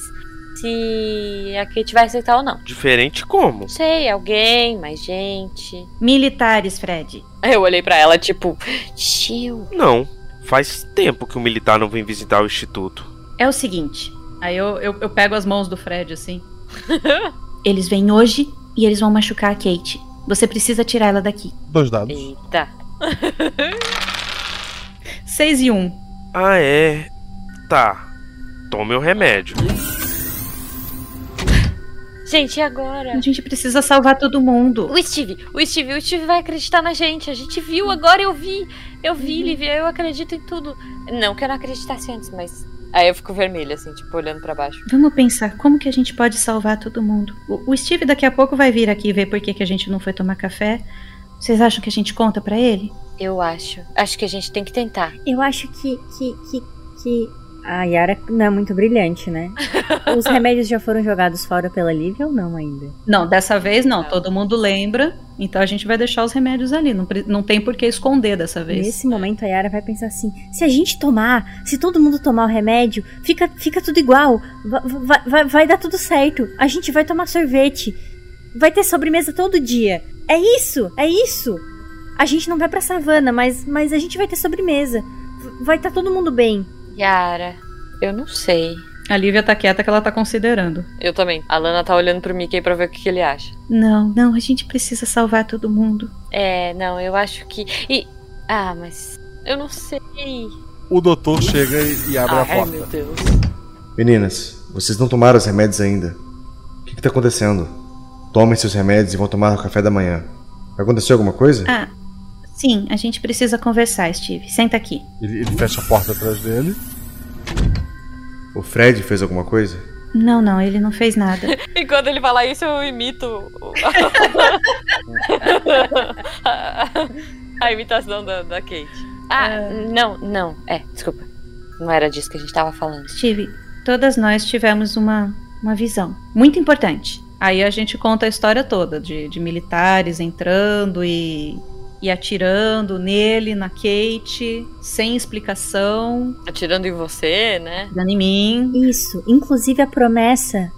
S6: se a Kate vai aceitar ou não.
S2: Diferente como?
S6: Sei, alguém, mais gente.
S7: Militares, Fred.
S6: Eu olhei pra ela, tipo, chill.
S2: Não. Faz tempo que o militar não vem visitar o instituto.
S7: É o seguinte. Aí eu, eu, eu pego as mãos do Fred, assim. eles vêm hoje e eles vão machucar a Kate. Você precisa tirar ela daqui.
S1: Dois dados.
S6: Tá.
S7: Seis e um.
S2: Ah, é. Tá. Tome o remédio.
S6: Gente, e agora?
S7: A gente precisa salvar todo mundo.
S6: O Steve, o Steve, o Steve vai acreditar na gente. A gente viu, agora eu vi. Eu vi, Lívia, eu acredito em tudo. Não que eu não acreditasse antes, mas. Aí eu fico vermelha, assim, tipo, olhando pra baixo.
S7: Vamos pensar como que a gente pode salvar todo mundo. O, o Steve daqui a pouco vai vir aqui ver por que, que a gente não foi tomar café. Vocês acham que a gente conta pra ele?
S6: Eu acho. Acho que a gente tem que tentar.
S8: Eu acho que, que, que, que a Yara não é muito brilhante, né? Os remédios já foram jogados fora pela Lívia ou não ainda?
S7: Não, dessa vez não. Todo mundo lembra. Então a gente vai deixar os remédios ali. Não, pre- não tem por que esconder dessa vez.
S8: Nesse momento a Yara vai pensar assim: se a gente tomar, se todo mundo tomar o remédio, fica, fica tudo igual. Va- va- Vai, vai, dar tudo certo. A gente vai tomar sorvete. Vai ter sobremesa todo dia. É isso, é isso. A gente não vai pra savana, mas, mas a gente vai ter sobremesa. V- Vai estar todo mundo bem.
S6: Yara, eu não sei.
S7: A Lívia tá quieta que ela tá considerando.
S6: Eu também. A Lana tá olhando pro Mickey pra ver o que, que ele acha.
S7: Não, não, a gente precisa salvar todo mundo.
S6: É, não, eu acho que. E. Ah, mas. Eu não sei.
S1: O doutor chega e, e abre a
S6: Ai,
S1: porta.
S6: meu Deus.
S9: Meninas, vocês não tomaram os remédios ainda. O que, que tá acontecendo? Tomem seus remédios e vão tomar o café da manhã. Aconteceu alguma coisa?
S7: Ah, Sim, a gente precisa conversar, Steve. Senta aqui.
S1: Ele, ele fecha a porta atrás dele.
S9: O Fred fez alguma coisa?
S7: Não, não, ele não fez nada.
S6: E quando ele fala isso, eu imito o- a, a imitação da, da Kate.
S11: Ah, não, não. É, desculpa. Não era disso que a gente tava falando.
S7: Steve, todas nós tivemos uma, uma visão muito importante. Aí a gente conta a história toda de, de militares entrando e, e atirando nele, na Kate, sem explicação.
S6: Atirando em você, né?
S7: Atirando em mim.
S8: Isso, inclusive a promessa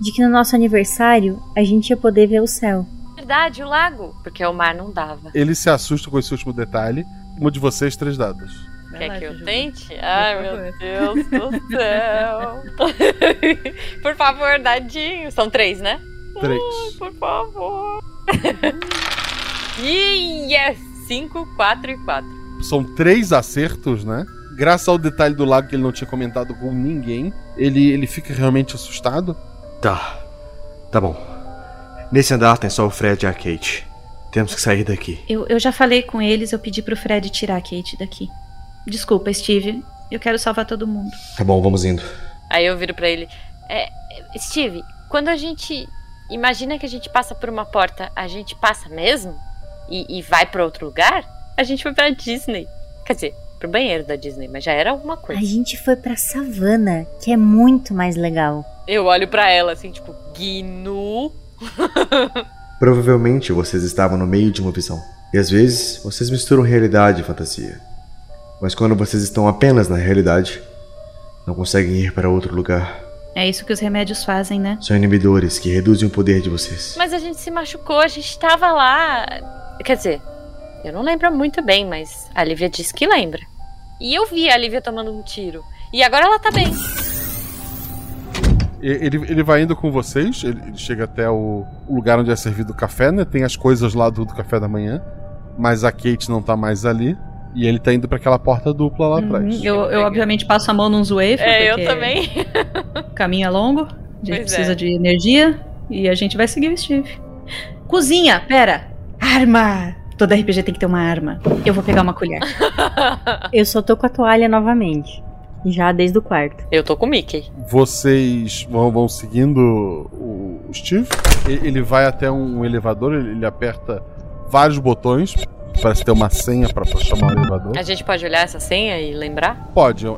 S8: de que no nosso aniversário a gente ia poder ver o céu.
S11: Verdade, o lago. Porque o mar não dava.
S1: Ele se assusta com esse último detalhe. Uma de vocês, três dados.
S6: Quer que eu tente? Ai, meu Deus do céu. Por favor, dadinho. São três, né?
S1: Três.
S6: Ai, por favor. Ih, é cinco, quatro e quatro.
S1: São três acertos, né? Graças ao detalhe do lago que ele não tinha comentado com ninguém, ele, ele fica realmente assustado.
S9: Tá. Tá bom. Nesse andar tem só o Fred e a Kate. Temos que sair daqui.
S7: Eu, eu já falei com eles, eu pedi pro Fred tirar a Kate daqui. Desculpa, Steve. Eu quero salvar todo mundo.
S9: Tá bom, vamos indo.
S11: Aí eu viro pra ele. É, Steve, quando a gente imagina que a gente passa por uma porta, a gente passa mesmo? E, e vai pra outro lugar? A gente foi pra Disney. Quer dizer, pro banheiro da Disney, mas já era alguma
S8: A
S11: coisa.
S8: gente foi pra savana, que é muito mais legal.
S6: Eu olho pra ela assim, tipo, Gnu.
S9: Provavelmente vocês estavam no meio de uma visão. E às vezes vocês misturam realidade e fantasia. Mas quando vocês estão apenas na realidade, não conseguem ir para outro lugar.
S7: É isso que os remédios fazem, né?
S9: São inibidores que reduzem o poder de vocês.
S11: Mas a gente se machucou, a gente tava lá. Quer dizer, eu não lembro muito bem, mas a Lívia disse que lembra. E eu vi a Lívia tomando um tiro. E agora ela tá bem.
S1: E- Ele, ele vai indo com vocês, ele, ele chega até o, o lugar onde é servido o café, né? Tem as coisas lá do, do café da manhã, mas a Kate não tá mais ali. E ele tá indo pra aquela porta dupla lá
S7: Uhum.
S1: atrás.
S7: Eu, eu, obviamente, passo a mão num wafer.
S6: É, eu
S7: porque
S6: também.
S7: O caminho é longo, a gente
S6: Pois
S7: precisa
S6: é.
S7: de energia e a gente vai seguir o Steve. Cozinha, pera! Arma! Toda RPG tem que ter uma arma. Eu vou pegar uma colher.
S8: Eu só tô com a toalha novamente. Já desde o quarto.
S6: Eu tô com o Mickey.
S1: Vocês vão, vão seguindo o, o Steve. E- Ele vai até um elevador, ele, ele aperta vários botões. Parece ter uma senha pra pra chamar o elevador.
S6: A gente pode olhar essa senha e lembrar?
S1: Pode, é-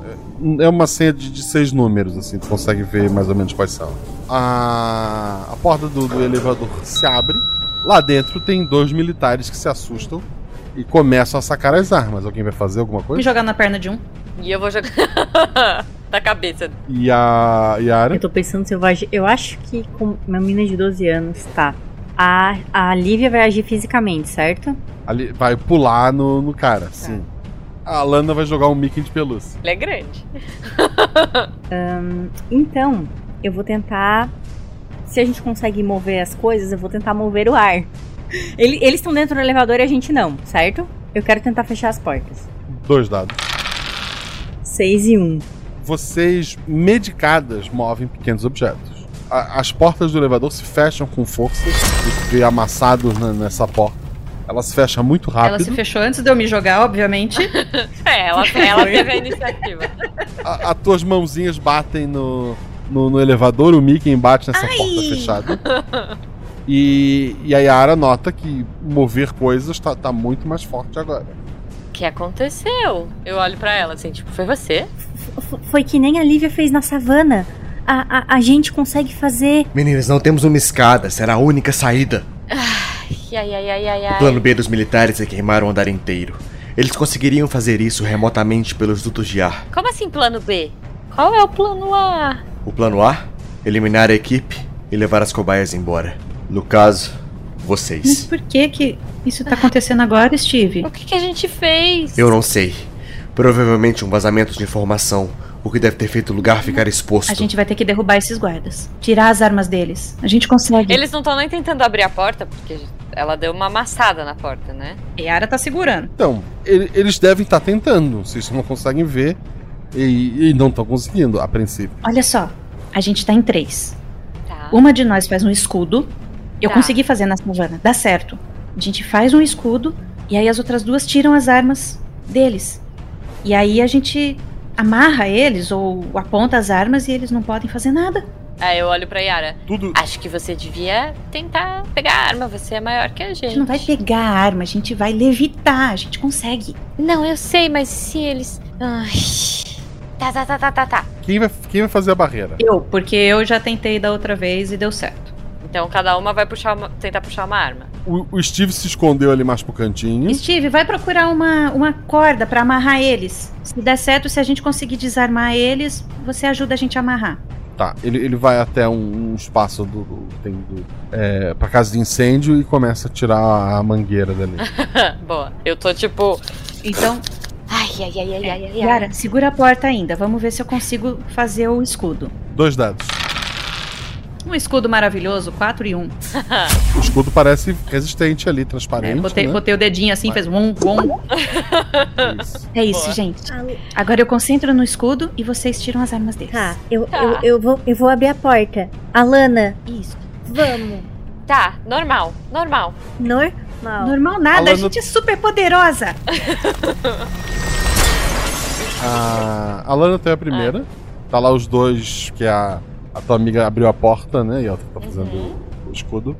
S1: é uma senha de, de seis números, assim, tu consegue ver mais ou menos quais são. A, a porta do, do elevador se abre. Lá dentro tem dois militares que se assustam e começam a sacar as armas. Alguém vai fazer alguma
S7: Me
S1: coisa?
S7: jogar na perna de um.
S6: E eu vou jogar. da cabeça.
S1: E a Yara?
S8: Eu tô pensando se eu vou agir. Eu acho que com uma menina de 12 anos, tá. A, a Lívia vai agir fisicamente, certo?
S1: Ali, vai pular no, no cara,
S7: Tá.
S1: sim. A Lana vai jogar um Mickey de pelúcia.
S6: Ele é grande.
S8: Ahn, então, eu vou tentar. Se a gente consegue mover as coisas, eu vou tentar mover o ar. Ele- eles estão dentro do elevador e a gente não, certo? Eu quero tentar fechar as portas.
S1: Dois dados.
S8: 6 e 1. Um.
S1: Vocês, medicadas, movem pequenos objetos. A- as portas do elevador se fecham com força, porque amassados na- nessa porta. Ela se fecha muito
S7: Ela se
S1: rápido.
S7: fechou antes de eu me jogar, obviamente.
S6: É, ela, ela teve a iniciativa.
S1: A- As tuas mãozinhas batem no, no, no elevador, o Mickey bate nessa porta fechada. E, e a Yara nota que mover coisas tá, tá muito mais forte agora.
S6: O que aconteceu? Eu olho pra ela assim, tipo, foi você?
S8: F- Foi que nem a Lívia fez na savana. A, a, a gente consegue fazer.
S9: Meninas, não temos uma escada, será a única saída.
S11: Ai, ai, ai, ai,
S9: O
S11: ai.
S9: plano B dos militares é queimar o andar inteiro. Eles conseguiriam fazer isso remotamente pelos dutos de ar.
S11: Como assim plano B? Qual é o plano A?
S9: O plano A? Eliminar a equipe e levar as cobaias embora. No caso, vocês.
S7: Mas por que que isso tá acontecendo agora, Steve?
S11: O que, que a gente fez?
S9: Eu não sei. Provavelmente um vazamento de informação, o que deve ter feito o lugar ficar exposto.
S7: Uhum. A gente vai ter que derrubar esses guardas. Tirar as armas deles. A gente consegue.
S6: Eles não estão nem tentando abrir a porta, porque ela deu uma amassada na porta, né?
S7: Yara tá segurando.
S1: Então, ele- eles devem estar tentando, vocês não conseguem ver e, e não estão conseguindo, a princípio.
S7: Olha só, a gente tá em três.
S6: Tá.
S7: Uma de nós faz um escudo. Eu
S11: Tá.
S7: consegui fazer na savana, dá certo. A gente faz um escudo E aí as outras duas tiram as armas deles. E aí a gente amarra eles ou aponta as armas e eles não podem fazer nada.
S6: Aí eu olho pra Yara. Acho que você devia tentar pegar a arma, você é maior que a
S7: A
S6: gente.
S7: gente não vai pegar a arma, a gente vai levitar, a gente consegue.
S11: Não, eu sei, mas se eles. Ai. Tá, tá, tá, tá, tá, tá.
S1: Quem vai, quem vai fazer a barreira?
S7: Eu, porque eu já tentei da outra vez e deu certo.
S6: Então cada uma vai puxar uma- tentar puxar uma arma.
S1: O, o Steve se escondeu ali mais pro cantinho.
S7: Steve, vai procurar uma, uma corda pra amarrar eles. Se der certo, se a gente conseguir desarmar eles, você ajuda a gente a amarrar.
S1: Tá, ele, ele vai até um, um espaço do, do, tem do é, pra casa de incêndio e começa a tirar a mangueira dali.
S6: Boa. Eu tô tipo.
S7: Então. É,
S11: Ai, ai, ai, ai, ai, ai, ai.
S7: Yara, segura a porta ainda. Vamos ver se eu consigo fazer o escudo.
S1: Dois dados.
S7: Um escudo maravilhoso, 4 e É, 1.
S1: O escudo parece resistente ali, transparente.
S7: É, botei,
S1: né?
S7: botei o dedinho assim, fez um, um. É isso,
S8: Boa.
S7: gente. Agora eu concentro no escudo e vocês tiram as armas deles. Tá,
S8: Eu, eu, eu, vou, eu vou abrir a porta. Alana,
S7: Isso.
S8: vamos.
S6: Tá, normal, normal.
S8: Normal.
S7: Normal nada,
S1: Alana-
S7: a gente é super poderosa.
S1: A, a Lana tem a primeira. Tá lá os dois, que é a, a tua amiga abriu a porta, né? E ela tá fazendo o escudo.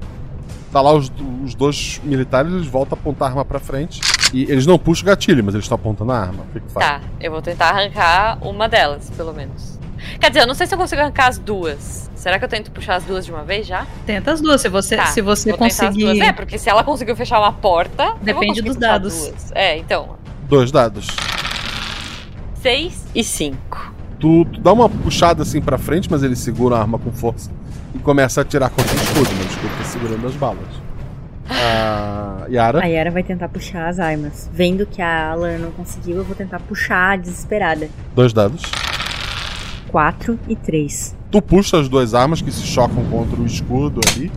S1: Tá lá os, os dois militares, eles voltam a apontar a arma pra frente. E eles não puxam o gatilho, mas eles estão apontando a arma. O que, que faz?
S6: Tá, eu vou tentar arrancar uma delas, pelo menos. Quer dizer, eu não sei se eu consigo arrancar as duas. Será que eu tento puxar as duas de uma vez já?
S7: Tenta as duas, se você,
S6: Tá,
S7: se você
S6: vou tentar as
S7: conseguir.
S6: duas. É, porque se ela conseguiu fechar uma porta. eu vou
S7: Depende
S6: conseguir
S7: dos
S6: puxar
S7: dados.
S6: duas. É, então.
S1: Dois dados.
S6: Seis e cinco.
S1: Tu, tu dá uma puxada assim pra frente, mas ele segura a arma com força e começa a atirar contra o escudo, mas o escudo tá segurando as balas. A Yara.
S8: A Yara vai tentar puxar as armas. Vendo que a Alana não conseguiu, eu vou tentar puxar a desesperada.
S1: Dois dados.
S8: 4 e 3.
S1: Tu puxa as duas armas que se chocam contra o escudo ali.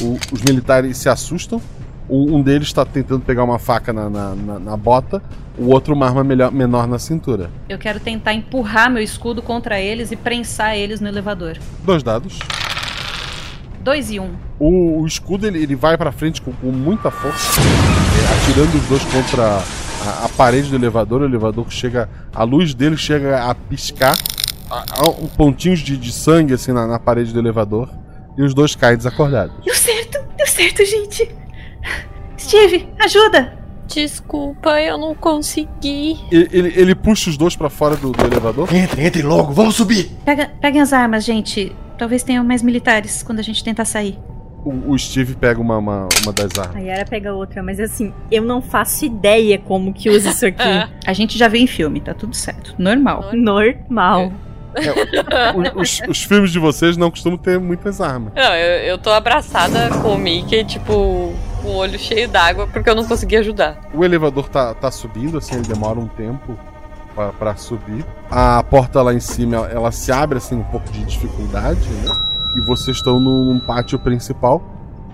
S1: O- os militares se assustam. O- um deles tá tentando pegar uma faca na, na- na- na bota, o outro uma arma melhor- menor na cintura.
S7: Eu quero tentar empurrar meu escudo contra eles e prensar eles no elevador.
S1: Dois dados.
S7: 2 e 1. Um.
S1: O, o escudo ele, ele vai pra frente com, com muita força, é, atirando os dois contra a, a parede do elevador. O elevador chega, a luz dele chega a piscar, a- a- um- pontinhos de, de sangue assim na, na parede do elevador, e os dois caem desacordados.
S7: Deu certo, deu certo, gente. Steve, ajuda!
S11: Desculpa, eu não consegui.
S1: E- Ele, ele puxa os dois pra fora do, do elevador. Entrem, entrem logo, vamos subir!
S7: Pega, peguem as armas, gente. Talvez tenham mais militares quando a gente tentar sair.
S1: O, o Steve pega uma, uma, uma das
S8: A
S1: armas.
S8: Yara pega outra, mas assim, eu não faço ideia como que usa isso aqui.
S6: Ah,
S7: A gente já viu em filme, tá tudo certo. Normal.
S8: Normal.
S1: É, o- os, os filmes de vocês não costumam ter muitas armas.
S6: Não, eu, eu tô abraçada com o Mickey, tipo, com o olho cheio d'água, porque eu não consegui ajudar.
S1: O elevador tá, tá subindo, assim, ele demora um tempo pra, pra subir. A porta lá em cima, ela, ela se abre, assim, um pouco de dificuldade, né? E vocês estão num, num pátio principal.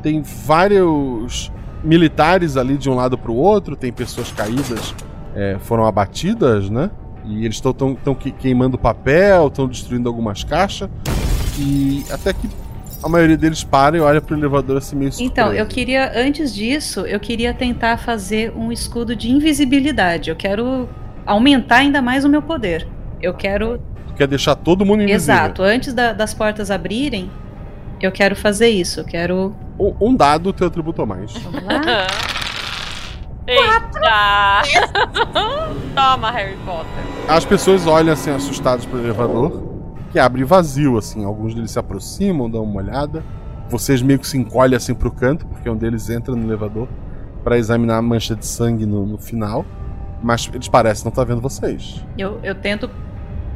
S1: Tem vários militares ali de um lado pro outro, tem pessoas caídas, é, foram abatidas, né? E eles estão tão, tão que- queimando papel, estão destruindo algumas caixas. E até que a maioria deles para e olha pro elevador assim meio
S7: Então, eu
S1: surpreso.
S7: queria, antes disso, eu queria tentar fazer um escudo de invisibilidade. Eu quero aumentar ainda mais o meu poder. Eu quero.
S1: Quer deixar todo mundo invisível.
S7: Exato, antes da- das portas abrirem, eu quero fazer isso. Eu quero.
S1: Um- Um dado, teu atributo a mais.
S6: Eita! Toma, Harry Potter.
S1: As pessoas olham assim, assustadas pro elevador, que abre vazio, assim. Alguns deles se aproximam, dão uma olhada. Vocês meio que se encolhem assim pro canto, porque um deles entra no elevador pra examinar a mancha de sangue no, no final. Mas eles parecem não estar vendo vocês.
S7: Eu, eu tento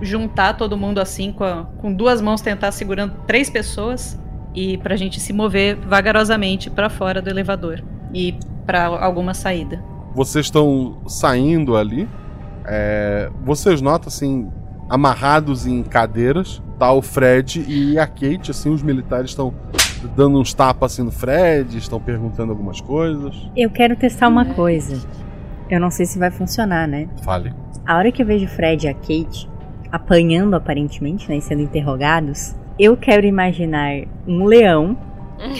S7: juntar todo mundo assim, com, a- com duas mãos, tentar segurando três pessoas e pra gente se mover vagarosamente pra fora do elevador e pra alguma saída.
S1: Vocês estão saindo ali. é, vocês notam assim, amarrados em cadeiras, tá o Fred e a Kate, assim, os militares estão dando uns tapas assim no Fred, estão perguntando algumas coisas.
S8: Eu quero testar uma coisa. Eu não sei se vai funcionar, né?
S1: Fale.
S8: A hora que eu vejo o Fred e a Kate apanhando aparentemente, né, e sendo interrogados, eu quero imaginar um leão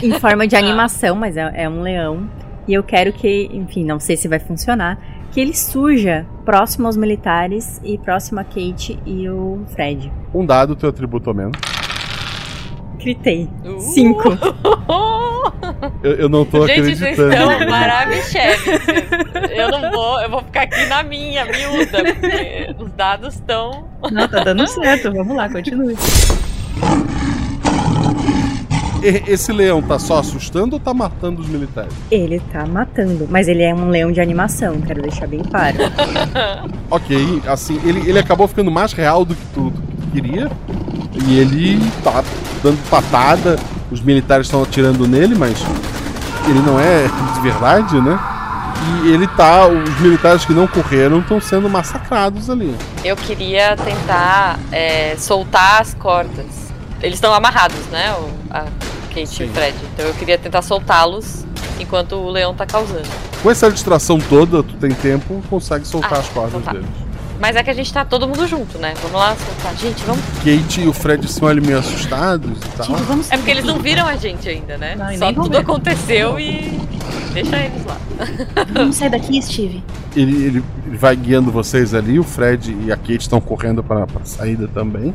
S8: em forma de animação, mas é, é um leão. E eu quero que, enfim, não sei se vai funcionar, que ele surja próximo aos militares e próximo a Kate e o Fred.
S1: Um dado, teu atributo ao menos.
S8: Gritei.
S6: Uh!
S8: Cinco.
S1: Eu, eu não tô
S6: Gente, vocês
S1: acreditando.
S6: estão maravilhosos. Eu não vou, eu vou ficar aqui na minha, miúda, porque os dados estão.
S7: Não, tá dando certo. Vamos lá, continue.
S1: E- Esse leão tá só assustando ou tá matando os militares?
S8: Ele tá matando, mas ele é um leão de animação, quero deixar bem claro.
S1: Ok, assim, ele, ele acabou ficando mais real do que tu, do que tu queria. E ele tá dando patada, os militares estão atirando nele, mas ele não é de verdade, né? E ele tá. Os militares que não correram estão sendo massacrados ali.
S6: Eu queria tentar é, soltar as cordas. Eles estão amarrados, né? O, a Kate e o Fred. Então eu queria tentar soltá-los enquanto o leão tá causando.
S1: Com essa distração toda, tu tem tempo, consegue soltar as cordas
S6: então tá.
S1: deles.
S6: Mas é que a gente tá todo mundo junto, né? Vamos lá soltar. Gente, vamos.
S1: Kate e o Fred se olham meio assustados e tal.
S6: É porque eles não viram a gente ainda, né?
S7: e
S6: Só
S7: nem vão
S6: tudo
S7: ver.
S6: aconteceu e. Deixa eles lá.
S7: Vamos sair daqui, Steve.
S1: Ele, ele- ele vai guiando vocês ali, o Fred e a Kate estão correndo para a saída também.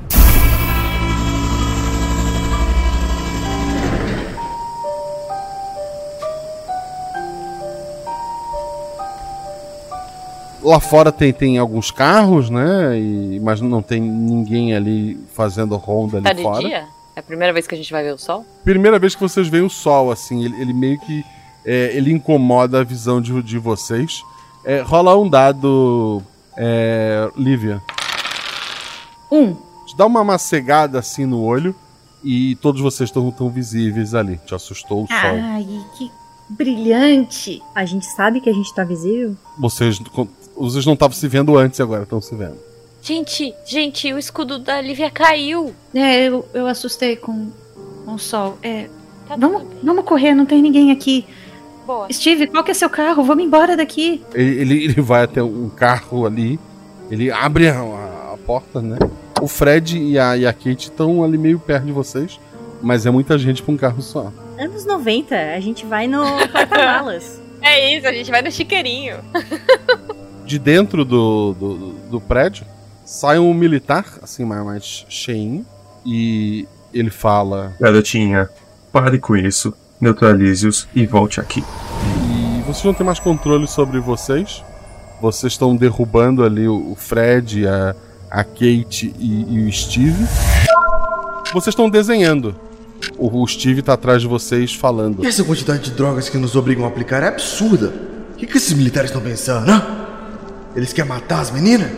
S1: Lá fora tem, tem alguns carros, né? E- mas não tem ninguém ali fazendo ronda ali
S6: Tá de
S1: fora.
S6: dia? É a primeira vez que a gente vai ver o sol?
S1: Primeira vez que vocês veem o sol, assim, ele, ele meio que. é, ele incomoda a visão de, de vocês. É, rola um dado, é, Lívia.
S7: Um.
S1: Te dá uma macegada assim no olho e todos vocês estão tão visíveis ali. Te assustou
S7: Ah.
S1: o sol.
S7: que brilhante!
S8: A gente sabe que a gente tá visível?
S1: Vocês, con- vocês não estavam se vendo antes e agora estão se vendo.
S11: Gente, gente, o escudo da Lívia caiu.
S7: É, eu, eu assustei com, com o sol. É,
S6: Tá
S7: vamos, vamos correr, não tem ninguém aqui.
S11: Tá Boa.
S7: Steve, qual que é seu carro? Vamos embora daqui.
S1: Ele, ele, ele vai até um carro ali, ele abre a, a- a porta, né? O Fred e a, e a Kate estão ali meio perto de vocês, mas é muita gente pra um carro só.
S8: Anos 90, a gente vai no porta-malas.
S6: É isso, a gente vai no chiqueirinho.
S1: de dentro do, do, do prédio sai um militar, assim, mais, mais cheinho, e ele fala.
S16: Garotinha, pare com isso, neutralize-os e volte aqui.
S1: E vocês não têm mais controle sobre vocês. Vocês estão derrubando ali o o Fred, a, a Kate e, e o Steve. Vocês estão desenhando. O, o Steve tá atrás de vocês falando.
S9: E essa quantidade de drogas que nos obrigam a aplicar é absurda. O que, que esses militares estão pensando, hã? Eles querem matar as meninas?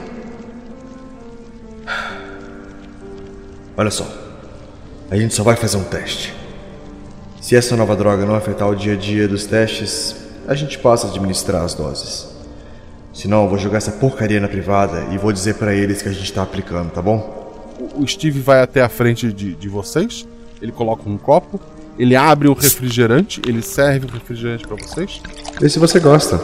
S17: Olha só.
S9: A gente só vai fazer um teste. Se essa nova droga não afetar o dia a dia dos testes, a gente passa a administrar as doses. Senão eu vou jogar essa porcaria na privada e vou dizer pra eles que a gente tá aplicando, tá bom?
S1: O Steve vai até a frente de, de vocês, ele coloca um copo, ele abre o refrigerante, ele serve o refrigerante pra vocês.
S9: Vê se você gosta.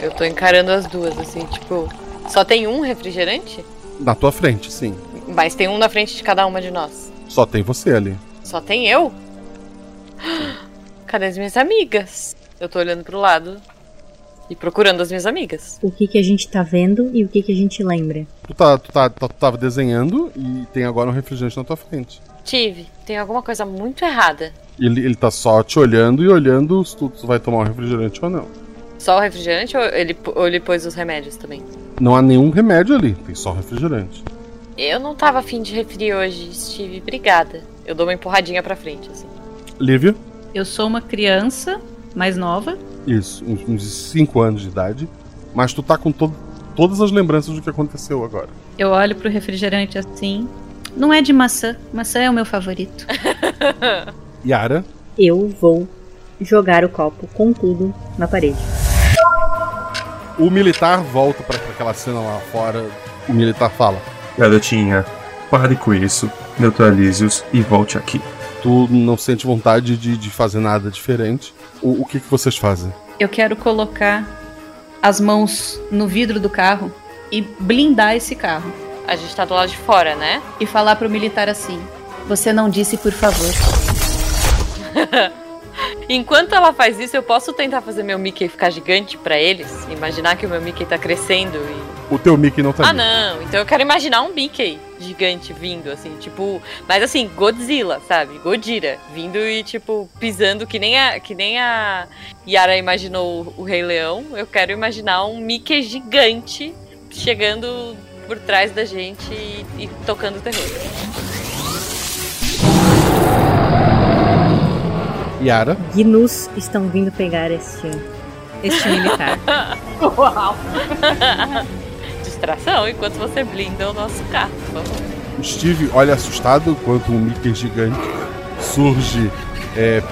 S6: Eu tô encarando as duas, assim, tipo. Só tem um refrigerante?
S1: Na tua frente, sim.
S6: Mas tem um na frente de cada uma de nós.
S1: Só tem você ali.
S6: Só tem eu? Cadê as minhas amigas? Eu tô olhando pro lado e procurando as minhas amigas.
S8: O que, que a gente tá vendo e o que, que a gente lembra?
S1: Tu, tá, tu, tá, tu tava desenhando e tem agora um refrigerante na tua frente.
S6: Tive, tem alguma coisa muito errada.
S1: E Ele, ele tá só te olhando e olhando se tu, tu vai tomar um refrigerante ou não.
S6: Só o refrigerante ou ele, ou ele pôs os remédios também?
S1: Não há nenhum remédio ali, tem só refrigerante.
S6: Eu não tava afim de refri hoje, Steve. Obrigada. Eu dou uma empurradinha pra frente, assim.
S1: Lívia,
S7: Eu sou uma criança mais nova.
S1: isso, uns- uns 5 anos de idade, mas tu tá com to todas as lembranças do que aconteceu agora.
S7: Eu olho pro refrigerante assim. Não é de maçã. Maçã é o meu favorito.
S1: Yara,
S8: Eu vou jogar o copo com tudo na parede.
S1: o militar volta pra pra aquela cena lá fora, o militar fala.
S16: Garotinha, pare com isso, neutralize-os e volte aqui.
S1: Tu não sente vontade de, de fazer nada diferente. O, o que, que vocês fazem?
S7: Eu quero colocar as mãos no vidro do carro e blindar esse carro.
S6: A gente tá do lado de fora, né?
S7: E falar pro militar assim: Você não disse, por favor.
S6: Enquanto ela faz isso, eu posso tentar fazer meu Mickey ficar gigante pra eles? Imaginar que o meu Mickey tá crescendo e.
S1: O teu Mickey não tá
S6: Ah,
S1: vivo.
S6: não. Então eu quero imaginar um Mickey gigante vindo, assim, tipo. Mas assim, Godzilla, sabe? Godira. Vindo e, tipo, pisando que nem a. Que nem a Yara imaginou o Rei Leão. Eu quero imaginar um Mickey gigante chegando por trás da gente e, e tocando terror.
S1: Yara.
S8: Gnus estão vindo pegar este, este militar.
S6: Uau! Distração enquanto você blinda o nosso carro.
S1: O Steve olha assustado enquanto um Mickey gigante surge é,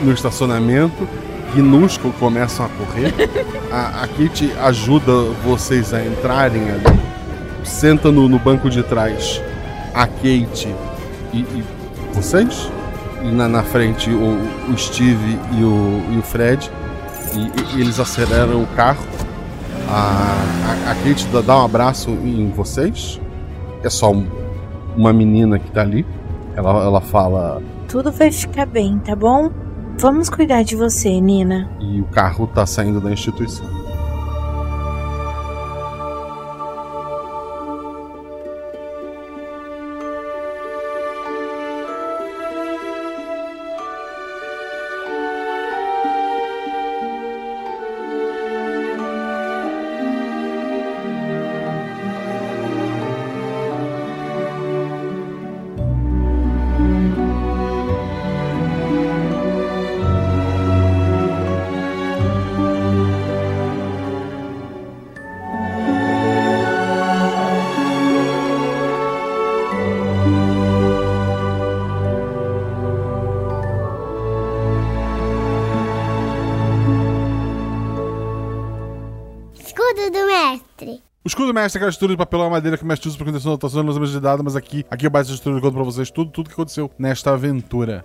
S1: no estacionamento. Gnusco começam a correr. A, a Kit ajuda vocês a entrarem ali. Senta no, no banco de trás a Kate e, e vocês. E na, na frente o, o Steve e o, e o Fred. E, e eles aceleram o carro. A, a, a Kate dá- dá um abraço em vocês. É só um- uma menina que tá ali. Ela, ela fala.
S18: Tudo vai ficar bem, tá bom? Vamos cuidar de você, Nina.
S1: E o carro tá saindo da instituição.
S19: Escudo do mestre.
S1: O escudo do mestre é aquela estrutura de papel ou madeira que o mestre usa para condição de anotações nos mesmos de dados, mas aqui, aqui é eu baixo a estrutura e conto pra vocês tudo, tudo que aconteceu nesta aventura.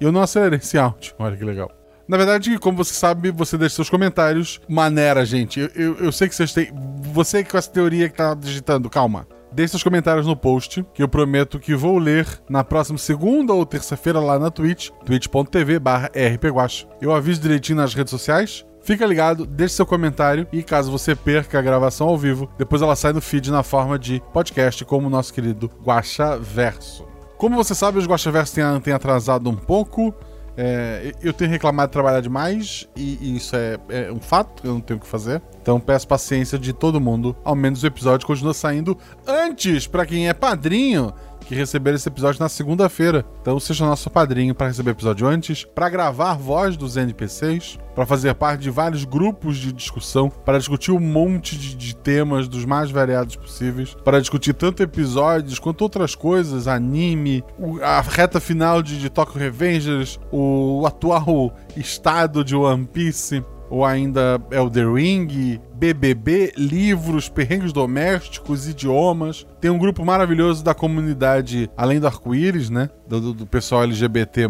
S1: E eu não acelerei esse áudio, olha que legal. Na verdade, como você sabe, você deixa seus comentários. Maneira, gente. Eu, eu, eu sei que vocês têm. Você com essa teoria que tá digitando, calma. Deixe seus comentários no post, que eu prometo que vou ler na próxima segunda ou terça-feira lá na Twitch, twitch.tv barra rpguache. Eu aviso direitinho nas redes sociais. Fica ligado, deixe seu comentário e caso você perca a gravação ao vivo, depois ela sai no feed na forma de podcast, como o nosso querido Guacha Verso. Como você sabe, os Guaxaversos têm, têm atrasado um pouco. É, eu tenho reclamado de trabalhar demais e, e isso é, é um fato, eu não tenho o que fazer. Então peço paciência de todo mundo. Ao menos o episódio continua saindo antes para quem é padrinho que receber esse episódio na segunda-feira. Então seja nosso padrinho para receber episódio antes, para gravar voz dos NPCs, para fazer parte de vários grupos de discussão, para discutir um monte de, de temas dos mais variados possíveis, para discutir tanto episódios quanto outras coisas, anime, o- a reta final de, de Tokyo Revengers, o atual estado de One Piece, ou ainda Elder Ring, BBB, livros, perrengues domésticos, idiomas. Tem um grupo maravilhoso da comunidade Além do Arco-Íris, né? Do, do- do pessoal LGBT.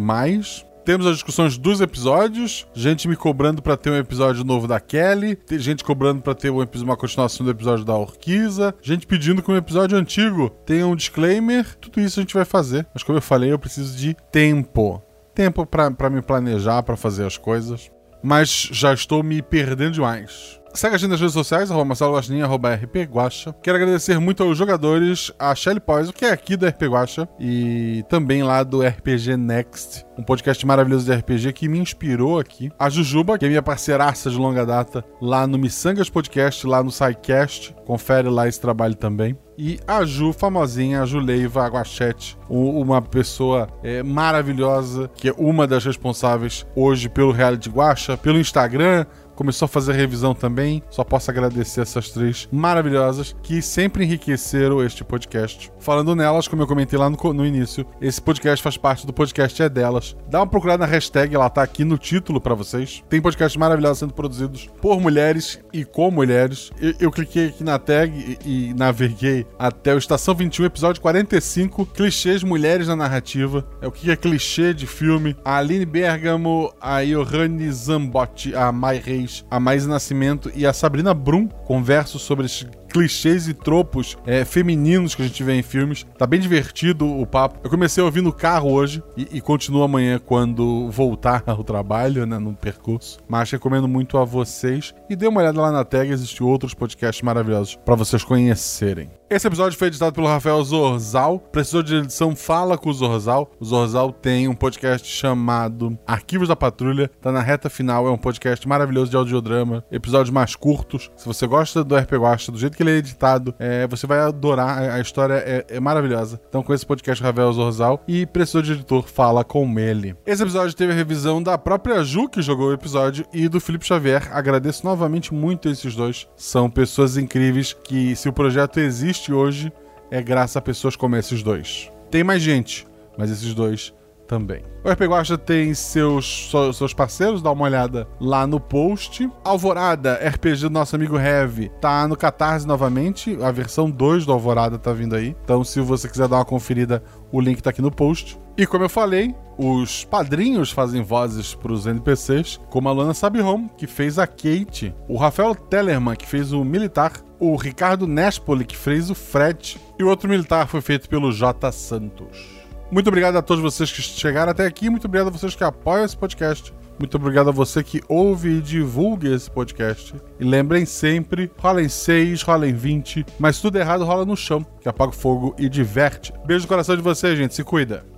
S1: Temos as discussões dos episódios, gente me cobrando pra ter um episódio novo da Kelly, tem gente cobrando pra ter um episódio- uma continuação do episódio da Orquiza, gente pedindo que um episódio antigo tenha um disclaimer. Tudo isso a gente vai fazer, mas como eu falei, eu preciso de tempo. Tempo pra pra me planejar, pra fazer as coisas mas já estou me perdendo demais. Segue a gente nas redes sociais, arroba Marcelo Guaxinim, arroba RP Guaxa. Quero agradecer muito aos jogadores, a Shelly Poison, que é aqui do RP Guaxa, e também lá do RPG Next, um podcast maravilhoso de RPG que me inspirou aqui. A Jujuba, que é minha parceiraça de longa data, lá no Missangas Podcast, lá no SciCast. Confere lá esse trabalho também. E a Ju, famosinha, a Juleiva Aguachete, u- uma pessoa é, maravilhosa, que é uma das responsáveis hoje pelo Reality Guacha, pelo Instagram. Começou a fazer revisão também. Só posso agradecer essas três maravilhosas que sempre enriqueceram este podcast. Falando nelas, como eu comentei lá no, co- no início, esse podcast faz parte do podcast É Delas. Dá uma procurada na hashtag, ela tá aqui no título pra vocês. Tem podcasts maravilhosos sendo produzidos por mulheres e com mulheres. Eu, eu cliquei aqui na tag e, e naveguei até o Estação 21, episódio 45, clichês mulheres na narrativa. É o que é clichê de filme. A Aline Bergamo, a Johanne Zambotti, a Mai Reis, a Mais Nascimento e a Sabrina Brum conversam sobre esses clichês e tropos é, femininos que a gente vê em filmes. Tá bem divertido o papo. Eu comecei a ouvir no carro hoje e, e continuo amanhã quando voltar ao trabalho, né, no percurso. Mas recomendo muito a vocês. E dê uma olhada lá na tag, existem outros podcasts maravilhosos para vocês conhecerem. Esse episódio foi editado pelo Rafael Zorzal. Precisou de edição? Fala com o Zorzal. O Zorzal tem um podcast chamado Arquivos da Patrulha. Tá na reta final. É um podcast maravilhoso de audiodrama. Episódios mais curtos. Se você gosta do RPG Guacha, do jeito que ele é editado, é, você vai adorar. A- A história é, é maravilhosa. Então conheça o podcast Rafael Zorzal. E precisou de editor? Fala com ele. Esse episódio teve a revisão da própria Ju, que jogou o episódio, e do Felipe Xavier. Agradeço novamente muito esses dois. São pessoas incríveis que, se o projeto existe hoje, é graças a pessoas como esses dois. Tem mais gente, mas esses dois também. O RP Guacha tem seus, so- seus parceiros, dá uma olhada lá no post. Alvorada, RPG do nosso amigo Heavy, tá no Catarse novamente. A versão 2 do Alvorada tá vindo aí. Então, se você quiser dar uma conferida, o link tá aqui no post. E como eu falei, os padrinhos fazem vozes para os NPCs, como a Lana Sabihom, que fez a Kate, o Rafael Tellerman, que fez o Militar, o Ricardo Nespoli, que fez o Fred, e o outro Militar foi feito pelo J. Santos. Muito obrigado a todos vocês que chegaram até aqui. Muito obrigado a vocês que apoiam esse podcast. Muito obrigado a você que ouve e divulga esse podcast. E lembrem sempre: rola em 6, rola em 20, mas se tudo errado, rola no chão, que apaga o fogo e diverte. Beijo no coração de vocês, gente. Se cuida.